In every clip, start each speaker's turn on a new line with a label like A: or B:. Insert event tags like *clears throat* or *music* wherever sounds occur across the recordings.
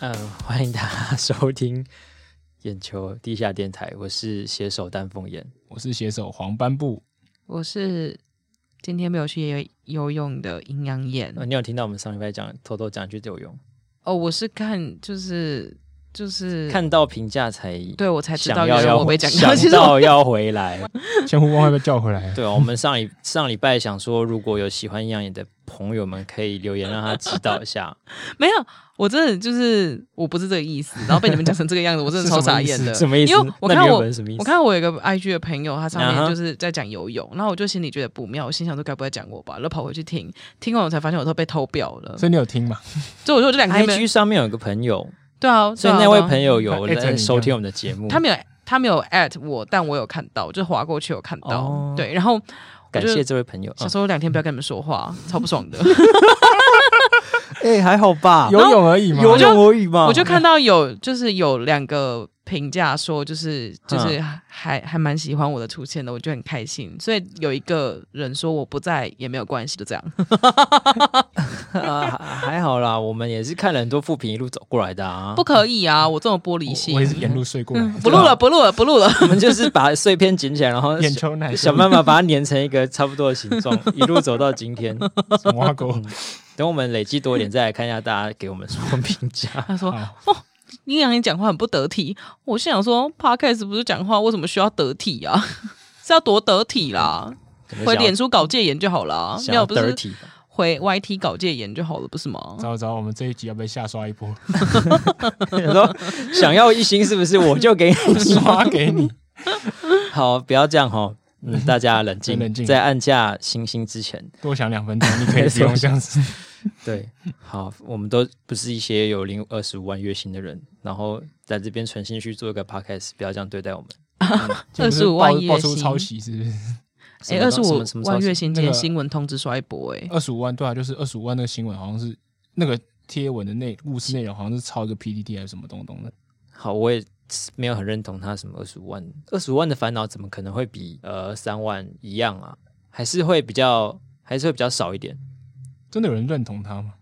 A: 嗯，欢迎大家收听眼球地下电台，我是携手丹凤眼。
B: 我是写手黄斑布，
C: 我是今天没有去游游泳的阴阳眼
A: 呃，你有听到我们上礼拜讲偷偷讲一句游泳，
C: 哦，我是看就是就是，
A: 看到评价才
C: 嗯对我才知道
A: 想
C: 原
A: 要
C: 来
A: 要
C: 我被讲到， *laughs*
A: 想
C: 其实我
A: 到要回来。
C: *laughs*
B: 千呼万唤被叫回来。
A: 对啊，我们上一上礼拜想说，如果有喜欢阴阳眼的朋友们，可以留言让他知道一
C: *laughs*
A: 下。
C: 没有，我真的就是我不是这个意思，然后被你们讲成这个样
A: *laughs*
C: 子，我真的超傻眼的。
A: 什么意思？
C: 因为我
A: 那
C: 看
A: 你原
C: 我
A: 本是什么意思？
C: 我看我有一个 IG 的朋友，他上
A: 啊
C: 面
A: 哈
C: 就是在讲游泳，然后我就心里觉得不妙，我心想说该不会讲我吧，然后跑回去听，听完我才发现我都被偷表了，
B: 所以你有听吗？
C: 所以我就我就两天没
A: IG 上面有个朋友，
C: 对啊，
A: 所以
C: 哎对啊
A: 那位
C: 对啊
A: 朋友有
B: 他 at
A: 在
B: 你
A: 收听我们的节目，
B: 嗯
C: 他没有他没有 at 我，但我有看到，就划过去有看到，
A: 哦
C: 对，
B: 嗯
C: 然后
A: 感
C: 我
A: 谢
C: 就
A: 这位朋友。嗯
C: 想说两天不要跟你们说
B: *laughs*
C: 话，超不爽的。
A: 哎、还好吧
B: 游泳而已嘛。
A: 有
C: 就
A: 泳而已
B: 哦
A: 嘛。
C: 啊我就看到有就是有两个评价说，就是就是
B: 嗯
C: 还还蛮喜欢我的出现的，我就很开心。所以有一个人说我不在也没有关系，就这
B: *laughs*
C: 样。
A: *laughs* 啊，还好啦，我们也是看了很多副评一路走过来的啊。
C: 不可以啊，我这么玻璃
B: 我
C: 心
B: 我。也是沿路睡过来。
C: *laughs* 嗯不录了，不录了，
B: *laughs*
C: 不录了。
A: *laughs* 我们就是把碎片捡起来，然后
B: 眼
A: 想
B: 球奶
A: 想办法把它粘成一个差不多的形状， *laughs* 一路走到今天。
B: 什么挖沟，
A: 等我们累积多一点，再来看一下大家给我们什么评价。
C: *laughs* 他说
B: 好：“
C: 哦，阴阳眼讲话很不得体。”我心想说，Podcast 不是讲话，为什么需要得体啊？ *laughs* 是要多得体啦？回脸书搞戒严就好啦，没
A: 想
C: 有
A: 要
C: 不是
A: dirty 吧
C: 回 YT 搞戒严就好了，不是吗？
B: 糟糟，我们这一集要被下刷一波，
A: 想说想要一星是不是？我就给
C: 嗯
A: 你 *laughs*
B: 刷给你。
A: 好，不要这样哈。
C: *laughs*
A: 嗯，大家冷静，
B: 冷静
A: 在按下星星之前，
B: 多想两分钟，你
C: *laughs*
B: 可以不用这样子。
A: 对，好，我们都不是一些有零二十五万月薪的人，然后在这边存心去做一个 podcast，不要这样对待我们。
C: 25万
B: 爆爆
C: 夜
B: 出
C: 薪
B: 抄袭是不是？
A: 什
C: 哎，
A: 么东
C: 二十
A: 什
C: 五
A: 么什么
C: 万
A: 超
C: 月
A: 市
C: 薪，今天
B: 那个
C: 新闻通知刷一波、哎，
B: 二十五万对啊，就是二十五万那个新闻好像是那个贴文的内故事内容好像是抄一个 PPT 还是什么东东的。
A: 好，我也是没有很认同他什么二十五万，二十五万的烦恼怎么可能会比呃三万一样啊？还是会比较，还是会比较少一点。
B: 真的有人认同他吗？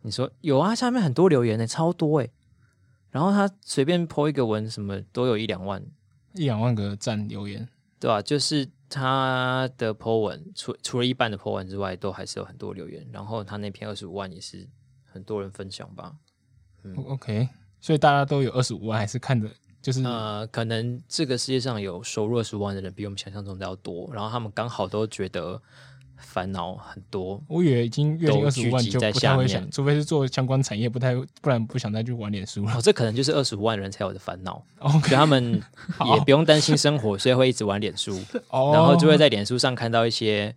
A: 你说有啊？下面很多留言呢、超多哎、然后他随便 po 一个文，什么都有一两万，
B: 一两万个赞留言，
A: 对吧、就是他的 po 文，除除了一半的 po 文之外，都还是有很多留言。然后他那篇二十五万也是很多人分享吧。
C: 嗯
B: O- OK，所以大家都有二十五万，还是看着就是
C: 嗯
A: 呃，可能这个世界上有收入二十万的人比我们想象中的要多，然后他们刚好都觉得烦恼很多，
B: 我以为已经月薪
A: 都
B: 二十
A: 聚
B: 五万
A: 集
B: 就
A: 在
B: 不
A: 下
B: 太会
A: 面
B: 想，除非是做相关产业，不太不然不想再去玩脸书
A: *laughs*
B: 了。
A: 哦，这可能就是二十五万人才有的烦恼，所以
B: *laughs* OK，
A: 他们也
B: 好
A: 不用担心生活，所以会一直玩脸书，
B: 哦，
A: 然后就会在脸书上看到一些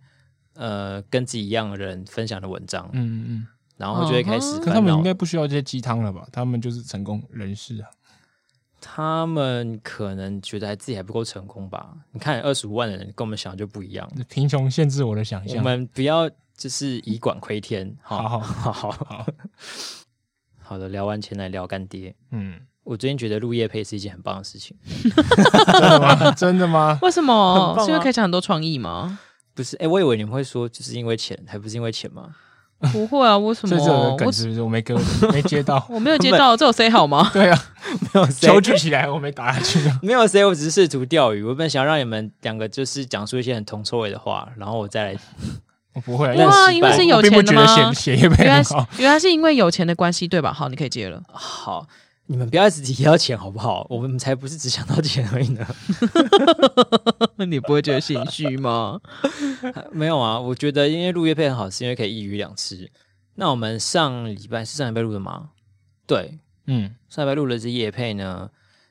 A: 呃跟自己一样的人分享的文章，
B: 嗯嗯
A: 然后就会开始
B: 嗯，可他
A: 烦
B: 们
A: 恼
B: 应。该不需要这些鸡汤了吧？他们就是成功人士啊。
A: 他们可能觉得还自己还不够成功吧？你看二十五万的人跟我们想的就不一样，
B: 贫穷限制我的想
A: 我
B: 象。
A: 们哦不要就是以管窥天，
B: 好好
A: 好好好
B: 好，
A: *laughs* 好的，聊完钱来聊干爹。
B: 嗯，
A: 我最近觉得录夜配是一件很棒的事情，
B: 真的吗？真的吗？
C: 为什么
A: 很？棒啊
C: 是因为可以讲很多创
A: *laughs*
C: 意吗？
A: 不是？哎、我以为你们会说就是因为钱，还不是因为钱吗？
C: 不会啊，为什
B: 所以这
C: 么
B: 个？
C: 我
B: 梗是不是我没跟没接到？
C: *laughs* 我没有接到，这有 say
A: *laughs*
C: 好吗？
B: 对啊，
A: 没有
B: 球
A: 谁，
B: 举起来我没打下去。 *laughs*
A: 没有谁，我只是试图钓鱼。我本想让你们两个就是讲出一些很铜臭味的话，然后我再来。
B: 我不会啊，
A: 但
C: 哇，
A: 失
C: 因
A: 败
C: 为是
B: 我
C: 有
B: 并不
C: 钱的
B: 觉
C: 吗
B: 得？写写也没
C: 原来
B: 很
C: 是
B: 好。
C: 原来是因为有钱的关系，对吧？好，你可以
A: *laughs*
C: 接了。
A: 好，你们不要一直提到钱好不好？我们才不是只想到钱而已呢。
C: 你不会觉得心虚吗？
A: *laughs* 没有啊，我觉得因为录夜配很好，是因为可以一鱼两吃。那我们上礼拜是上礼拜录的吗？对，
B: 嗯，
A: 上礼拜录的这夜配呢，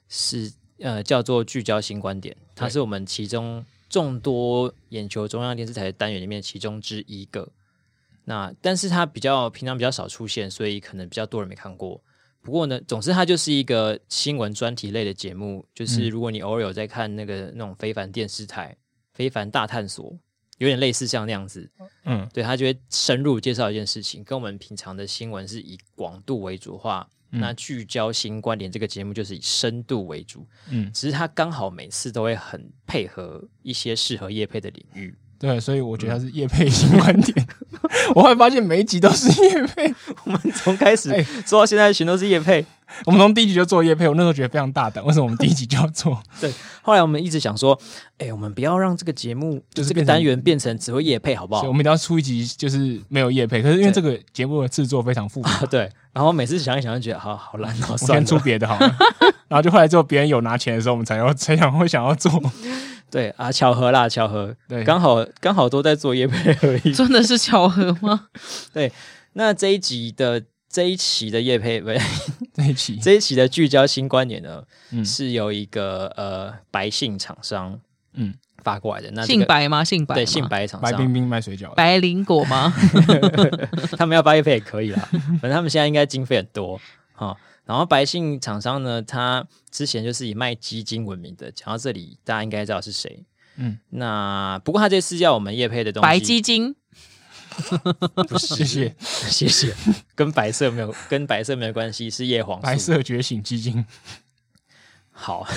A: 是呃叫做聚焦新观点，它
B: 对
A: 是我们其中众多眼球中央电视台的单元里面其中之一个。那但是它比较平常比较少出现，所以可能比较多人没看过。不过呢，总之它就是一个新闻专题类的节目，就是
B: 嗯
A: 如果你偶尔有在看那个那种非凡电视台、非凡大探索，有点类似像那样子，
B: 嗯，
A: 对他就会深入介绍一件事情，跟我们平常的新闻是以广度为主的话，
B: 嗯
A: 那聚焦新观点这个节目就是以深度为主，
B: 嗯
A: 只是他刚好每次都会很配合一些适合业配的领域， *laughs*
B: 对，所以我觉得它是叶配新观点。 *laughs* 我会发现每一集都是叶配，
A: 我们从开始
B: 哎
A: 做到现在，全都是叶配。
B: *laughs* 我们从第一集就做叶配，我那时候觉得非常大胆。为什么我们第一集就
A: *laughs*
B: 要做？
A: 后来我们一直想说，哎、我们不要让这个节目
B: 就
A: 这
B: 是
A: 个
B: 变成
A: 单元变成只会叶配，好不
B: 所以
A: 好
B: 我？们一定要出一集就是没有叶配。可是因为这个节目的制作非常复
A: *laughs*
B: 杂，
A: 对。然后每次想一想就觉得，好好烂哦，
B: 我
A: 算
B: 先出
A: 了。
B: 别的
A: *laughs*
B: 好了。然后就后来之后别人有拿钱的时候，我们才要才想会想要
A: *laughs*
B: 做。
A: 对啊，巧合啦，巧合，
B: 对，
A: 刚好刚好都在做叶配而已。
C: 真的是巧合吗？
A: 那这一集的这一期的叶配，不是 *laughs*
B: 这一期
A: 这一期的聚焦新观点呢，
B: 嗯
A: 是由一个呃白姓厂商
B: 嗯
A: 发过来的。那这个
C: 姓白吗？姓白吗？
A: 对姓白厂
B: 白
A: 商
B: 冰，冰卖水饺的，
C: 白灵果吗？
A: *laughs* 他们要发叶配也可以啦，反正他们现在应该经费很多啊、哦然后白姓厂商呢，他之前就是以卖基金闻名的。讲到这里，大家应该知道是谁。
B: 嗯，
A: 那不过他这次要我们叶配的 *laughs* 东西，
C: 白基金
B: 不是 *laughs* 谢谢
A: *laughs* 谢谢，跟白色没有跟白色没有关系，是叶黄素。
B: 白色觉醒基
A: *laughs*
B: 金，
A: 好，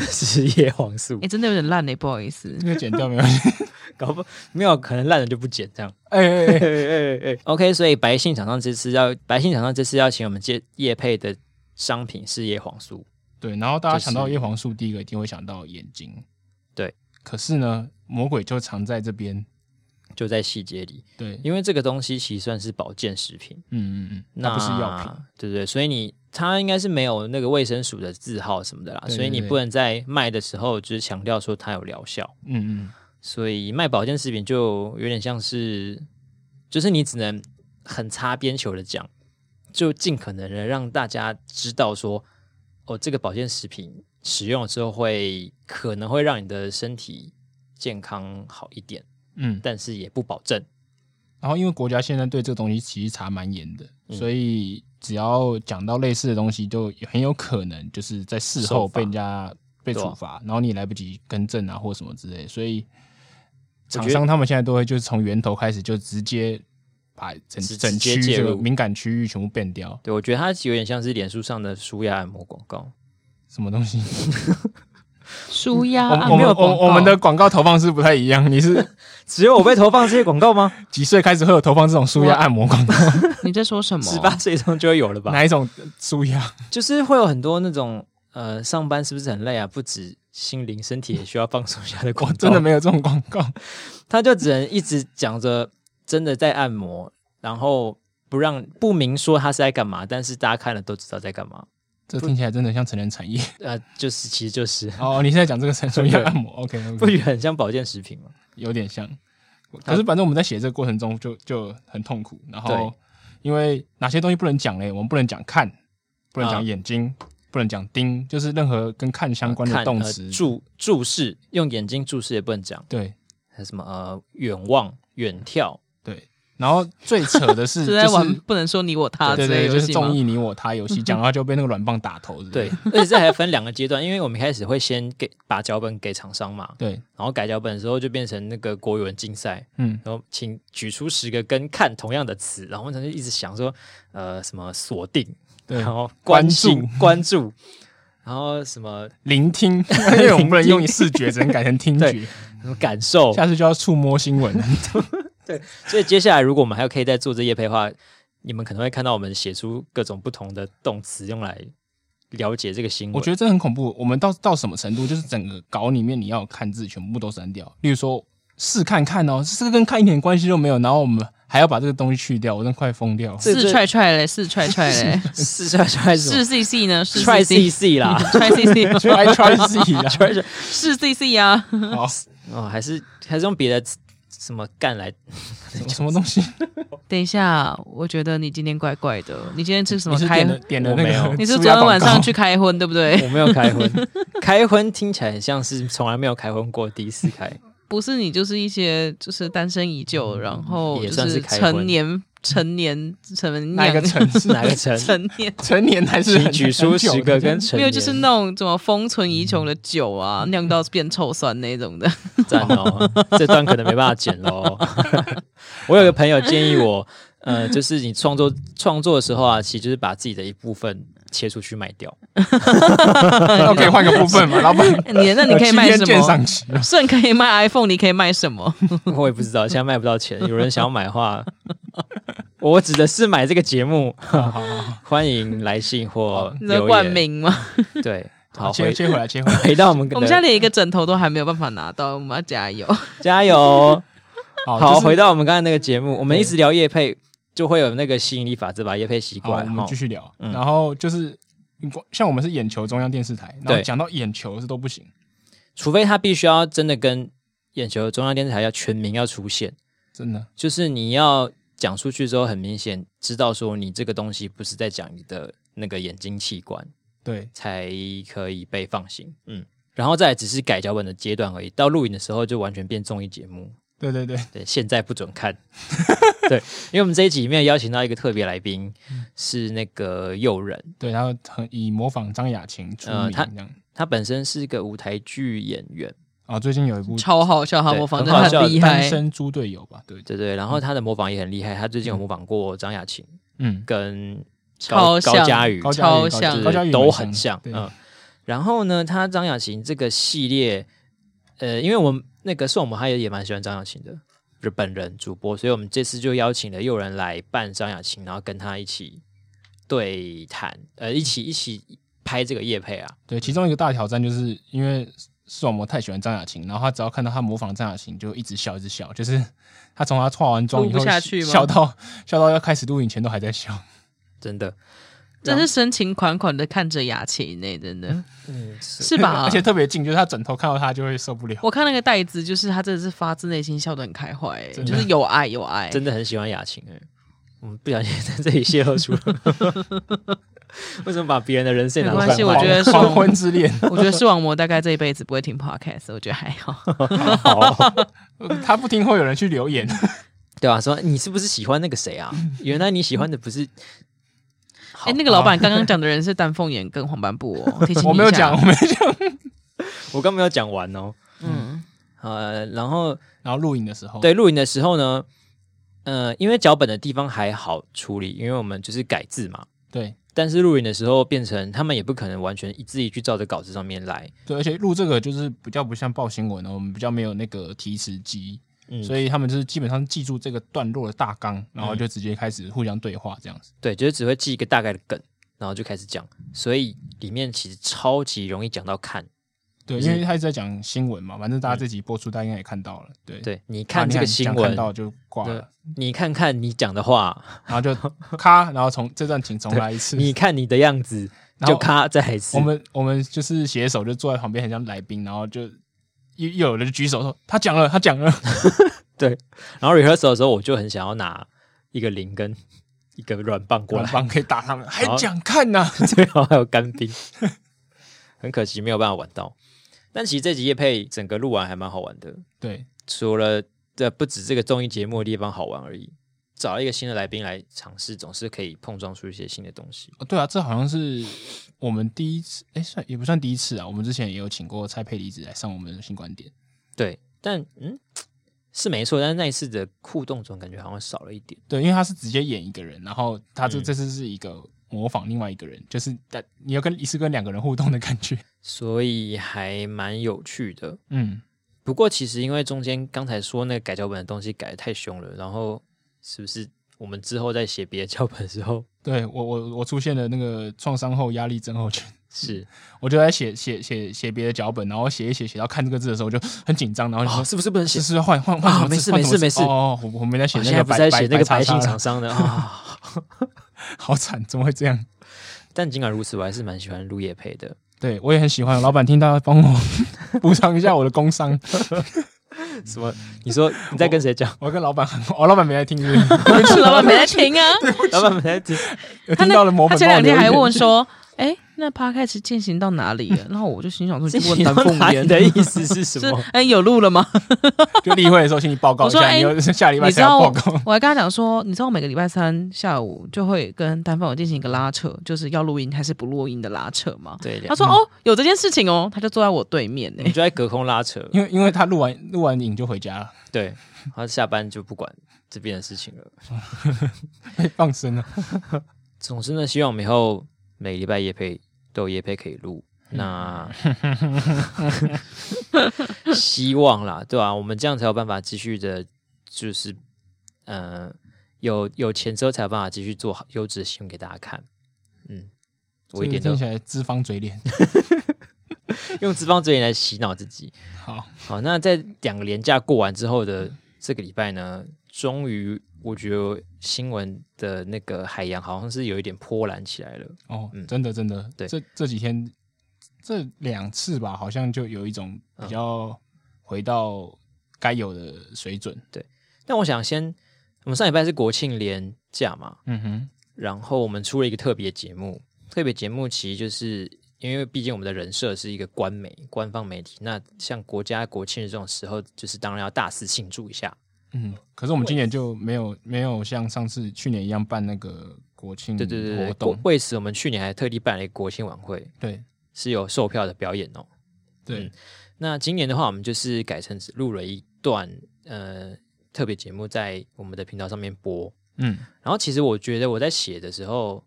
A: 是叶黄素
C: 哎、，真的有点烂哎、不好意思。
B: 这个剪
A: *laughs*
B: 掉没关系。
A: 搞不没有可能烂了就不剪这样。
B: 哎哎哎，
A: OK，所以白信厂商这次要白信厂商这次要请我们接叶配的商品是叶黄素，
B: 对，然后大家想到
A: 就是
B: 叶黄素，第一个一定会想到眼睛。
A: 对，
B: 可是呢，魔鬼就藏在这边。
A: 就在细节里，
B: 对，
A: 因为这个东西其实算是保健食品，
B: 嗯嗯嗯，
A: 那
B: 那不是药品。，
A: 对对，所以你它应该是没有那个卫生署的字号什么的啦，
B: 对对
A: 所以你
B: 对
A: 不能在卖的时候就是强调说它有疗效，
B: 嗯嗯，
A: 所以卖保健食品就有点像是，就是你只能很擦边球的讲，就尽可能的让大家知道说，哦，这个保健食品使用了之后会可能会让你的身体健康好一点，
B: 嗯，
A: 但是也不保证。
B: 然后因为国家现在对这个东西其实查蛮严的，
A: 嗯
B: 所以只要讲到类似的东西，就很有可能就是在事
A: 受
B: 后
A: 罚
B: 被人家被
A: 对啊
B: 处罚，然后你也来不及更正啊或什么之类，所以
A: 我觉
B: 厂
A: 得
B: 商他们现在都会就是从源头开始就直接把整
A: 直
B: 整
A: 直接
B: 区
A: 介
B: 这个
A: 入
B: 敏感区域全部变掉，
A: 对我觉得它有点像是脸书上的舒压按摩广告，
B: 什么东西？
C: 舒压
A: 啊
B: 我
C: 按
B: 们我们
C: 摩广告
B: 我我们的广告投放是不太一样，
A: *laughs*
B: 你是
A: 只有我被投放这些广告吗？
B: 几岁开始会有投放这种舒压按摩广告？
C: *laughs* 你在说什
A: *laughs*
C: 么？
A: 十八岁以上就会有了吧？
B: 哪一种舒压？
A: 哦就是会有很多那种呃，上班是不是很累啊？不止心灵，身体也需要放松一下的广
B: 我
A: 告。
B: 真的，没有这种广
A: *laughs*
B: 告。
A: 他就只能一直讲着真的在按摩，然后不让不明说他是在干嘛，但是大家看了都知道在干嘛。
B: 这听起来真的像成人产业
A: 呃，就是其实就是 *laughs*
B: *laughs* 哦！你现在讲这个成熟压按摩，OK，,
A: 不
B: o
A: 觉得很像保健食品吗？
B: 有点像。可是反正我们在写这个过程中就就很痛苦，然后
A: 对
B: 因为哪些东西不能讲嘞？我们不能讲看，不能
A: 啊
B: 讲眼睛，不能讲盯，就是任何跟看相关的
A: 看
B: 动
A: 呃
B: 词。
A: 注注视，用眼睛注视也不能讲，
B: 对
A: 还有什么呃远望、远眺，
B: 对，然后最扯
A: *laughs*
B: 的是
C: 是
B: 嗯就
C: 在玩
B: 是
C: 不能说你我他
B: 对
C: 之类
B: 对，
C: 的游
B: 就是
C: 戏吗
B: 中？意你我他游
A: *laughs*
B: 戏，讲到就被那个软棒打头之类
A: 对
B: *laughs* 的。，
A: 而且这还分两个阶段，因为我们一开始会先给把脚本给厂商嘛，
B: 对，
A: 然后改脚本的时候就变成那个国语文竞赛，
B: 嗯，
A: 然后请举出十个跟看同样的词，然后我们就一直想说，呃，什么锁定，
B: 对
A: 然，后
B: 关
A: 嗯关心、关注，然后什么 *laughs*
B: 聆听，因为我们不能用视觉，只能改成听
A: 对
B: 觉。
A: 什么感受，
B: 下次就要触摸新闻了。
A: 所以接下来如果我们还可以再做这页配的话，你们可能会看到我们写出各种不同的动词用来了解这个新闻。
B: 我觉得这很恐怖。我们到到什么程度，就是整个稿里面你要看字全部都删掉。例如说试看看哦，这个跟看一点关系都没有，然后我们还要把这个东西去掉，我真的快疯掉。
A: 这
C: 是踹踹嘞，是踹
B: *laughs*
C: 踹嘞，
A: 得 *laughs* 是是是
C: 是
A: 是
C: C C 呢？是
A: try
C: C
A: C C *laughs*
C: *laughs*
A: 啦
C: try C C，
B: *laughs* try try see
A: *laughs*
B: 啊，
A: ，try C-
C: *laughs* 是 C C 啊，
A: *laughs*
B: 好，
A: 哦，还是还是用别的词什么干来
B: 什么什么
A: *laughs*
B: 东西？
C: 等一下，我觉得你今天怪怪的。你今天吃什
B: 你
C: 么
B: 是
C: 开
B: 点？了点了
A: 我
B: 那 *laughs*
A: 没有
B: 个？
C: 你是昨天晚上去？开荤对不对？
A: 我没有开荤， *laughs* 开荤听起来很像是从来没有开荤过，第一次 *laughs* 开。
C: 不是你就是一些就是单身已久，然后
A: 也
C: 就
A: 算是开荤
C: 成年成年成
B: 哪一个
C: 年
B: 城市？ *laughs*
A: 哪个城？
C: *laughs* 成年。
B: 成年还是
A: 请
B: 很
A: 举出十个？跟成
C: 没
A: 年
C: 有，就是那种怎么封存已久的酒啊，
B: 嗯
C: 酿到变臭酸那种的。
A: 赞哦，这段可能没办法剪喽。我有个朋友建议我，呃，就是你创作创作的时候啊，其实就是把自己的一部分切出去卖掉。
B: *laughs* 那我可以换个部分嘛，老板。
C: 你 *laughs* 那你可以卖
B: *laughs* 呃
C: 什
B: 今天鉴
C: 么？
B: 赏期，
C: 顺可以卖 iPhone，你可以卖什么？
A: 我也不知道，现在卖不到钱。有人想要买的话，我指的是买这个节目，
B: 好好好，
A: 欢迎来信或
C: 你的
A: 留
C: 冠
A: 言。
C: 名吗？
A: 对，好，
B: 好切
A: 回
B: 切回来，切回来。
A: 回到我们的，
C: 我们现在连一个枕头都还没有办法拿到，我们要加油。
A: 加油。好，
B: 就是
A: 回到我们刚才那个节目，我们一直聊叶配，就会有那个吸引力法则把叶配吸
B: 好，
A: 过
B: 我
A: 来。
B: 们
A: 哈
B: 继续聊。
A: 嗯
B: 然后就是像我们是眼球中央电视台，然后
A: 对
B: 讲到眼球是都不行，
A: 除非他必须要真的跟眼球中央电视台要全民要出现，
B: 真的。
A: 就是你要讲出去之后，很明显知道说你这个东西不是在讲你的那个眼睛器官，
B: 对，
A: 才可以被放行。嗯，然后再来只是改脚本的阶段而已，到录影的时候就完全变综艺节目。
B: 对对对， *laughs*
A: 对，现在不准看。 *laughs* 对，因为我们这一集里面邀请到一个特别来宾，是那个诱人，
B: 对，然后很以模仿张雅琴出
A: 呃
B: 名
A: 他
B: 这样。
A: 他本身是个舞台剧演员，
B: 哦，最近有一部《
C: 超好笑，他
A: 对
C: 模仿
A: 很
C: 真
A: 好
C: 的
A: 笑
C: 很厉
B: 单
C: 害。
B: 身猪队友》吧？对，
A: 对对，然后他的模仿也很厉害，他最近有模仿过张雅琴
B: 嗯，
A: 跟
C: 超
A: 高
C: 像
A: 高佳瑜，
B: 高
C: 嗯超
B: 嘉
A: 对
B: 宇高嘉
C: 像
B: 宇高嘉宇
A: 都
B: 蛮
A: 很像，
B: 对
A: 嗯。然后呢，他张雅琴这个系列，呃，因为我们那个宋母他也也蛮喜欢张雅琴的日本人主播，所以我们这次就邀请了友人来办张雅琴，然后跟他一起对谈，呃，一起一起拍这个夜配啊，
B: 对，其中一个大挑战就是因为视网膜太喜欢张雅琴，然后他只要看到他模仿张雅琴就一直笑，一直笑，就是他从他化完妆以
C: 录
B: 后
C: 不下去吗
B: 笑到笑到要开始录影前都还在笑。
A: 真的，
C: 真是深情款款的看着雅琴呢，真的
A: 嗯，
C: 是
B: *laughs*
C: 吧
B: 而？且特别近，就是他枕头看到他就会受不了。
C: 我看那个袋子，就是他真的是发自内心笑得很开怀，
B: 真的
C: 就是有爱有爱。
A: 真的 *laughs* 很喜欢雅琴哎、我们不小心 *laughs* 在这里泄露出了， *laughs* 为什么把别人的人设拿出
C: 没
A: 来
C: 关系我觉得是
B: 黄昏之 *laughs* 恋，
C: 我觉得视网膜大概这一辈子不会听 podcast，我觉得还好。
A: 好，
B: 呃他不听会有人去留言。
A: 对吧、说你是不是喜欢那个谁
C: *laughs*
A: 啊？原来你喜欢的不是，好
C: 哎哎，那个老板刚刚讲的人是丹凤眼跟黄斑部哦，提醒你一下
B: 我没有讲，我。没有讲。
A: 我刚没有讲完哦。
C: 嗯，
A: 呃，然后
B: *laughs* 然后录影的时候，
A: 对录影的时候呢，呃，因为脚本的地方还好处理，因为我们就是改字嘛。
B: 对
A: 但是录影的时候变成他们也不可能完全一字一句照着稿子上面来，
B: 对，而且录这个就是比较不像报新闻哦，我们比较没有那个提词机，
A: 嗯，
B: 所以他们就是基本上记住这个段落的大纲，然后就直接开始互相对话这样子。
A: 对，就是只会记一个大概的梗，然后就开始讲，所以里面其实超级容易讲到看，
B: 对，因为他一直在讲新闻嘛，反正大家这集播出，大家应该也看到了。对，
A: 对你
B: 啊
A: 看
B: 你
A: 这个
B: 想
A: 新
B: 看
A: 闻，
B: 到就挂了，
A: 你看看你讲的话，
B: 然后就咔，然后从这段请重来一次。
A: 你看你的样子，
B: 然后
A: 就咔再来一次
B: 我。们我们就是写手就坐在旁边，很像来宾，然后就又又有人就举手说他讲了，他讲了，
A: 然后 rehearsal 的时候，我就很想要拿一个零跟一个软棒过
B: 官
A: 来，
B: 方可以打他们，还
A: 好
B: 讲看呢、
A: *laughs* 最后还有干冰， *laughs* 很可惜没有办法玩到。但其实这集夜配整个录完还蛮好玩的，
B: *laughs* 对，
A: 除了这不止这个综艺节目的地方好玩而已，找一个新的来宾来尝试，总是可以碰撞出一些新的东西。
B: 哦对啊，这好像是我们第一次，哎，算也不算第一次啊。我们之前也有请过蔡佩离子来上我们的新观点，
A: 对，但嗯是没错，但是那一次的互动总感觉好像少了一点。
B: 对，因为他是直接演一个人，然后他这、
A: 嗯
B: 这次是一个模仿另外一个人，就是但你要跟一次跟两个人互动的感觉，
A: 所以还蛮有趣的。
B: 嗯，
A: 不过其实因为中间刚才说那个改脚本的东西改的太凶了，然后是不是我们之后在写别的脚本的时 *laughs* 候
B: 对我我我出现了那个创伤后压力症候群。
A: 是
B: 我就在写写写写别的脚本，然后写一写写到看这个字的时候，我就很紧张，然后就
A: 哦，
B: 说
A: 是不是不能写
B: 是？是要换换换
A: 啊
B: 什么字
A: 没事
B: 换什么字
A: 没事没事
B: 哦哦，我我没在写
A: 我
B: 那
A: 现在
B: 个
A: 不是在
B: 白
A: 写那个白
B: 白
A: 姓
B: 厂
A: *laughs* 厂，商的啊。
B: *laughs* 好惨，怎么会这样？
A: 但尽管如此，我还是蛮喜欢陆叶配的。
B: 对我也很喜欢，老板听到帮我 *laughs* 补偿一下我的工伤。
A: *laughs* 什么？你说你在跟谁讲？
B: 我跟老板喊，我、哦、老板没来听是不
A: *laughs*
B: 是，
C: 是 *laughs* 老板没在听啊。
A: 老板们在 *laughs* 听，
B: 有 *laughs*
C: 他
B: 听
C: 那
B: 到了某
C: 他
B: 本
C: 前
B: 帮我
C: 两
B: 留
C: 天
B: 言。
C: 还问说：“哎，那 podcast 进行到哪里了？”然后我就心想说：“你就问丹凤
A: 你
C: 眼
A: 的意思 *laughs* 是什
C: 是
A: 么？
C: 哎有录了吗？”
B: 就例会的时候，请你报告一
C: 我说
B: 下，
C: 哎
B: 你有下礼拜
C: 你知
B: 才要
C: 道
B: 报
C: 我
B: 告。
C: *laughs* 我还跟他讲说，你知道我每个礼拜三下午就会跟单方友进行一个拉扯，就是要录音还是不录音的拉扯嘛。
A: 对，
C: 他说
B: 嗯
C: 哦，有这件事情哦，他就坐在我对面
A: 你
C: 哎、
A: 们就在隔空拉扯。
B: *laughs* 因为因为他录完录完影就回家了， *laughs*
A: 对，他下班就不管这边的事情了。
B: 被放生了。
A: 总之呢，希望我们以后每礼拜夜配都有夜配可以录。那希望啦，对吧、啊我们这样才有办法继续的，就是嗯、呃有有钱之后才有办法继续做好优质的新闻给大家看。嗯，我一
B: 这个
A: 点都
B: 听起来脂肪嘴脸。
A: 用脂肪嘴脸来洗脑自己。
B: 好，
A: 好，那在两个连假过完之后的这个礼拜呢，终于我觉得新闻的那个海洋好像是有一点波澜起来了。
B: 哦
A: 嗯，
B: 真的真的，
A: 对
B: 这这几天这两次吧，好像就有一种
A: 嗯
B: 比较回到该有的水准。
A: 但我想先，我们上礼拜是国庆连假嘛，
B: 嗯哼，
A: 然后我们出了一个特别节目，特别节目其实就是因为毕竟我们的人设是一个官媒、官方媒体，那像国家国庆日这种时候，就是当然要大肆庆祝一下。
B: 嗯，可是我们今年就没有没有像上次去年一样办那个国庆
A: 对对对对
B: 嗯活
A: 国
B: 动，
A: 为此我们去年还特地办了一个国庆晚会，
B: 对
A: 是有售票的表演哦。
B: 对，
A: 那今年的话，我们就是改成只录了一段呃特别节目，在我们的频道上面播。
B: 嗯
A: 然后其实我觉得我在写的时候，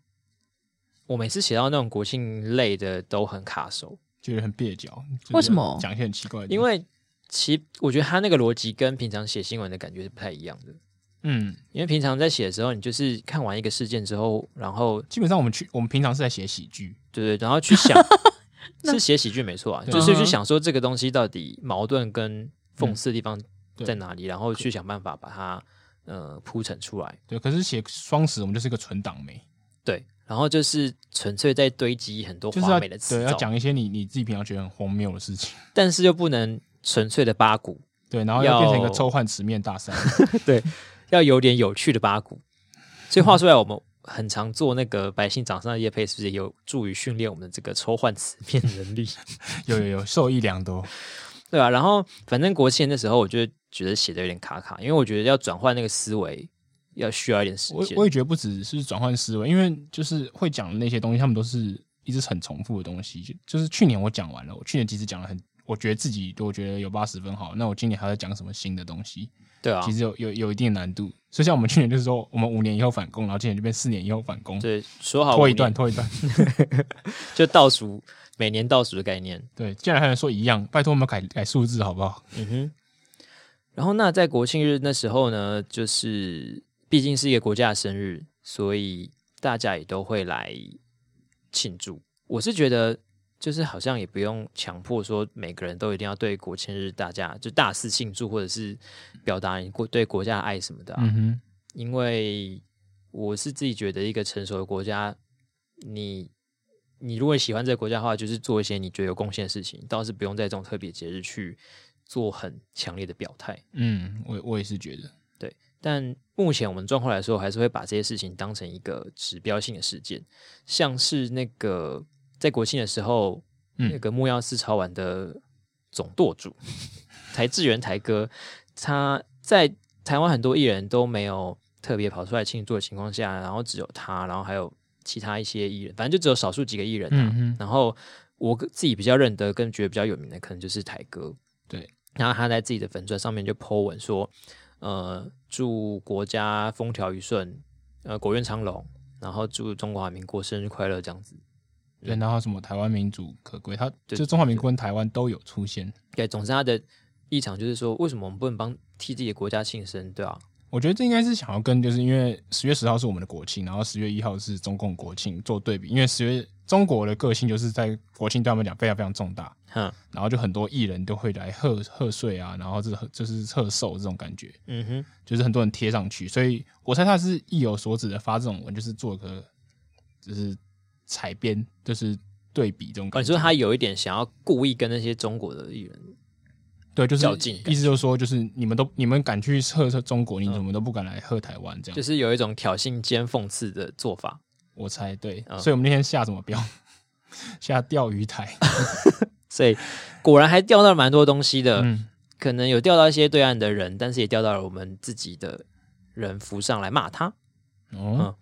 A: 我每次写到那种国庆类的都很卡手，
B: 觉得很蹩脚。就是
C: 为什么
B: 讲一些很奇怪的地方？
A: 因为其我觉得他那个逻辑跟平常写新闻的感觉是不太一样的。
B: 嗯，
A: 因为平常在写的时候，你就是看完一个事件之后，然后
B: 基本上我们去我们平常是在写喜剧，
A: 对对，然后去
B: *laughs*
A: 想是写喜剧没错啊，
B: 对
A: 就是去
C: 嗯
A: 想说这个东西到底矛盾跟讽刺的地方
B: 嗯对
A: 在哪里，然后去想办法把它呃铺陈出来。
B: 对，可是写双十我们就是一个纯党媒，
A: 对，然后就是纯粹在堆积很多
B: 就是
A: 华
B: 要
A: 美的词
B: 对要
A: 藻，
B: 讲一些你你自己平常觉得很荒谬的事情，
A: 但是又不能纯粹的八
B: *laughs*
A: 股，
B: 对，然后要变成一个
A: 要
B: 抽换词面大赛，
A: 要有点有趣的八股。所以话说来，哎我们很常做那个百姓掌上的叶配，是不是也有助于训练我们的这个抽换词面能
B: *laughs*
A: 力？
B: 有有有，受益良多。
A: 对啊，然后反正国庆的时候，我就觉得写的有点卡卡，因为我觉得要转换那个思维，要需要一点时
B: 我
A: 间
B: 我。也觉得不只是转换思维，因为就是会讲的那些东西，他们都是一直很重复的东西。就就是去年我讲完了，我去年其实讲了很，我觉得自己我觉得有八十分好，那我今年还要讲什么新的东西？
A: 对啊
B: 其，实有有有一定的难度。所以像我们去年就是说，我们五年以后返工，然后今年就变四年以后返工，
A: 对，说好
B: 拖
A: 五
B: 一段
A: 年
B: 拖一段。 *laughs*
A: 就倒数，每年倒数的概念。
B: 对，竟然还能说一样，拜托我们改改数字好不好？
A: 嗯哼。然后那在国庆日那时候呢，就是毕竟是一个国家的生日，所以大家也都会来庆祝。我是觉得，就是好像也不用强迫说每个人都一定要对国庆日大家就大肆庆祝，或者是表达你国对国家的爱什么的、啊。
B: 嗯哼，
A: 因为我是自己觉得一个成熟的国家，你你如果喜欢这个国家的话，就是做一些你觉得有贡献的事情，倒是不用在这种特别节日去做很强烈的表态。
B: 嗯，我我也是觉得，
A: 但目前我们状况来说，还是会把这些事情当成一个指标性的事件，像是那个在国庆的时候，
B: 嗯
A: 那个木曜四超玩的总舵主台志源台哥，他在台湾很多艺人都没有特别跑出来庆祝的情况下，然后只有他，然后还有其他一些艺人，反正就只有少数几个艺人啊。
B: 嗯哼，
A: 然后我个自己比较认得跟觉得比较有名的，可能就是台哥。
B: 对，
A: 然后他在自己的粉钻上面就 po 文说，呃，祝国家风调雨顺，呃，国运昌隆，然后祝中华民国生日快乐这样子。
B: 对，然后什么台湾民主可贵，他
A: 对
B: 就中华民国跟台湾都有出现。
A: 对，总之他的立场就是说，为什么我们不能帮替自己的国家庆生，对啊？
B: 我觉得这应该是想要跟，就是因为十月十号是我们的国庆，然后十月一号是中共国庆做对比，因为十月中国的个性就是在国庆对他们讲非常非常重大，
A: 哼，
B: 然后就很多艺人都会来贺贺岁啊，然后这就是贺寿这种感觉，
A: 嗯哼，
B: 就是很多人贴上去，所以我猜他是意有所指的发这种文，就是做个就是采编，就是对比这种
A: 哦，
B: 感
A: 你
B: 觉。
A: 说他有一点想要故意跟那些中国的艺人，
B: 对，就是
A: 较劲感嗯
B: 意思就是说，就是你们都你们敢去贺贺中国，你怎么都不敢来贺台湾这样
A: 就。是有一种挑衅兼讽刺的做法。
B: 我猜对，
A: 嗯
B: 所以我们那天下什么标？ *laughs* 下钓鱼台。
A: 所以果然还钓到了蛮多东西的，
B: 嗯，
A: 可能有钓到一些对岸的人，但是也钓到了我们自己的人浮上来骂他。嗯
B: 哦，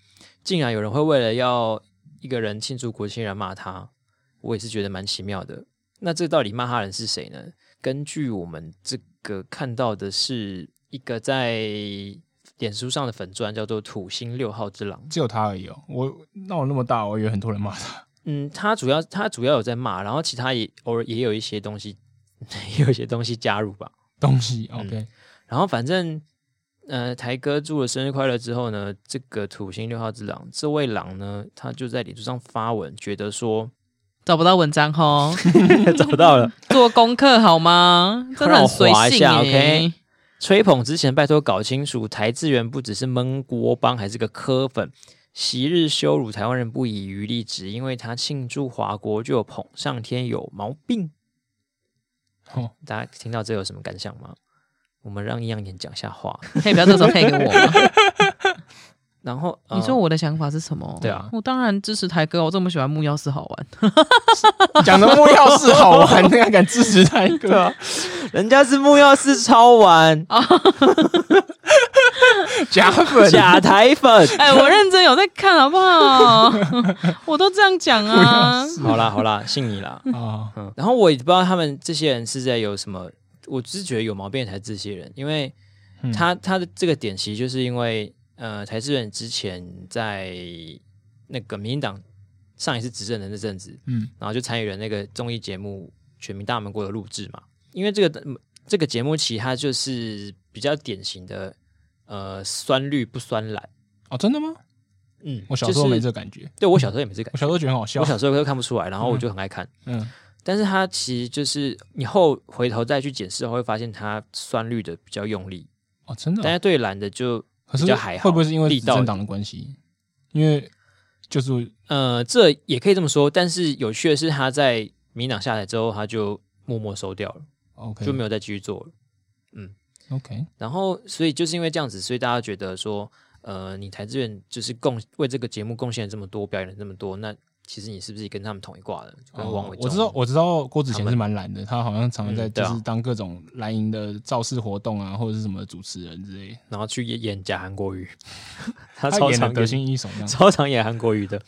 A: 竟然有人会为了要一个人庆祝国庆而骂他，我也是觉得蛮奇妙的。那这到底骂他的人是谁呢？根据我们这个看到的是一个在脸书上的粉砖叫做“土星六号之狼
B: 只有他而已哦。我那我那么大，我以为很多人骂他。”
A: 嗯，他主要他主要有在骂，然后其他也偶尔也有一些东西， *laughs* 也有一些东西加入吧。
B: 东西，OK，
A: 嗯然后反正，呃，台哥祝了生日快乐之后呢，这个土星六号之狼这位狼呢，他就在脸书上发文，觉得说
C: 找不到文章吼，
A: *laughs* 找到了
C: 做功课
A: *laughs*
C: 好吗？真的很随
A: 让我滑一
C: 性
A: 下
C: 哎、
A: ，OK？吹捧之前，拜托搞清楚，台资源不只是闷锅帮，还是个科粉。昔日羞辱台湾人不遗余力，只因为他庆祝华国就有捧上天有毛病。
B: 哦，
A: 大家听到这有什么感想吗？我们让阴阳眼讲下话。
C: 可以不要这时候配给我
A: *laughs*
C: 吗？
A: 然后、呃
C: 你说我的想法是什么？
A: 对啊
C: 我当然支持台哥，我这么喜欢木曜四好玩。
B: 讲的木钥匙好玩， *laughs* 那还敢支持他一个、啊？
A: 人家是木曜四超玩
C: 哦
B: 假粉，
A: 假台粉。
C: *laughs* 哎、我认真有在看，好不好？ *laughs* 我都这样讲
B: *laughs*
C: 啊。
A: *laughs* 好啦好啦，信你啦。
B: 啊，
A: 嗯，然后我也不知道他们这些人是在有什么，我只是觉得有毛病的才是这些人，因为
B: 嗯
A: 他、他的这个点其实就是因为呃，台志远之前在那个民进党上一次执政的那阵子，
B: 嗯，
A: 然后就参与了那个综艺节目《全民大闷锅》的录制嘛。因为这个嗯这个节目其实它就是比较典型的呃酸绿不酸蓝，
B: 哦，真的吗？
A: 嗯，
B: 我小时候
A: 就
B: 没
A: 是
B: 这感觉，
A: 对我小时候也没这感
B: 我小时候觉得很好笑
A: 我。小时候都看不出来，然后我就很爱看。
B: 嗯，
A: 但是它其实就是你后回头再去检视的话，会发现它酸绿的比较用力，
B: 哦，真的
A: 但
B: 哦、
A: 是对蓝的就
B: 可是
A: 比较还好
B: 会不会是因为
A: 地
B: 执
A: 道
B: 政
A: 的
B: 党的关系？因为就是
A: 呃，这也可以这么说。但是有趣的是，他在民党下台之后，他就默默收掉了，
B: OK，
A: 就没有再继续做了。
B: OK，
A: 然后，所以就是因为这样子，所以大家觉得说，呃，你台志远就是贡为这个节目贡献了这么多，表演了这么多，那其实你是不是跟他们同一挂的？就跟王伟、
B: 哦我知道，我知道郭子乾
A: 他
B: 是
A: 们
B: 蛮懒的，他好像常常在
A: 嗯对
B: 就
A: 啊
B: 是当各种蓝营的造势活动啊，或者是什么主持人之类的，
A: 然后去演演假韩国语， *laughs* 他
B: 他
A: 超
B: 演的
A: 常
B: 得
A: 跟
B: 心应手这样。
A: 超常演韩国语的。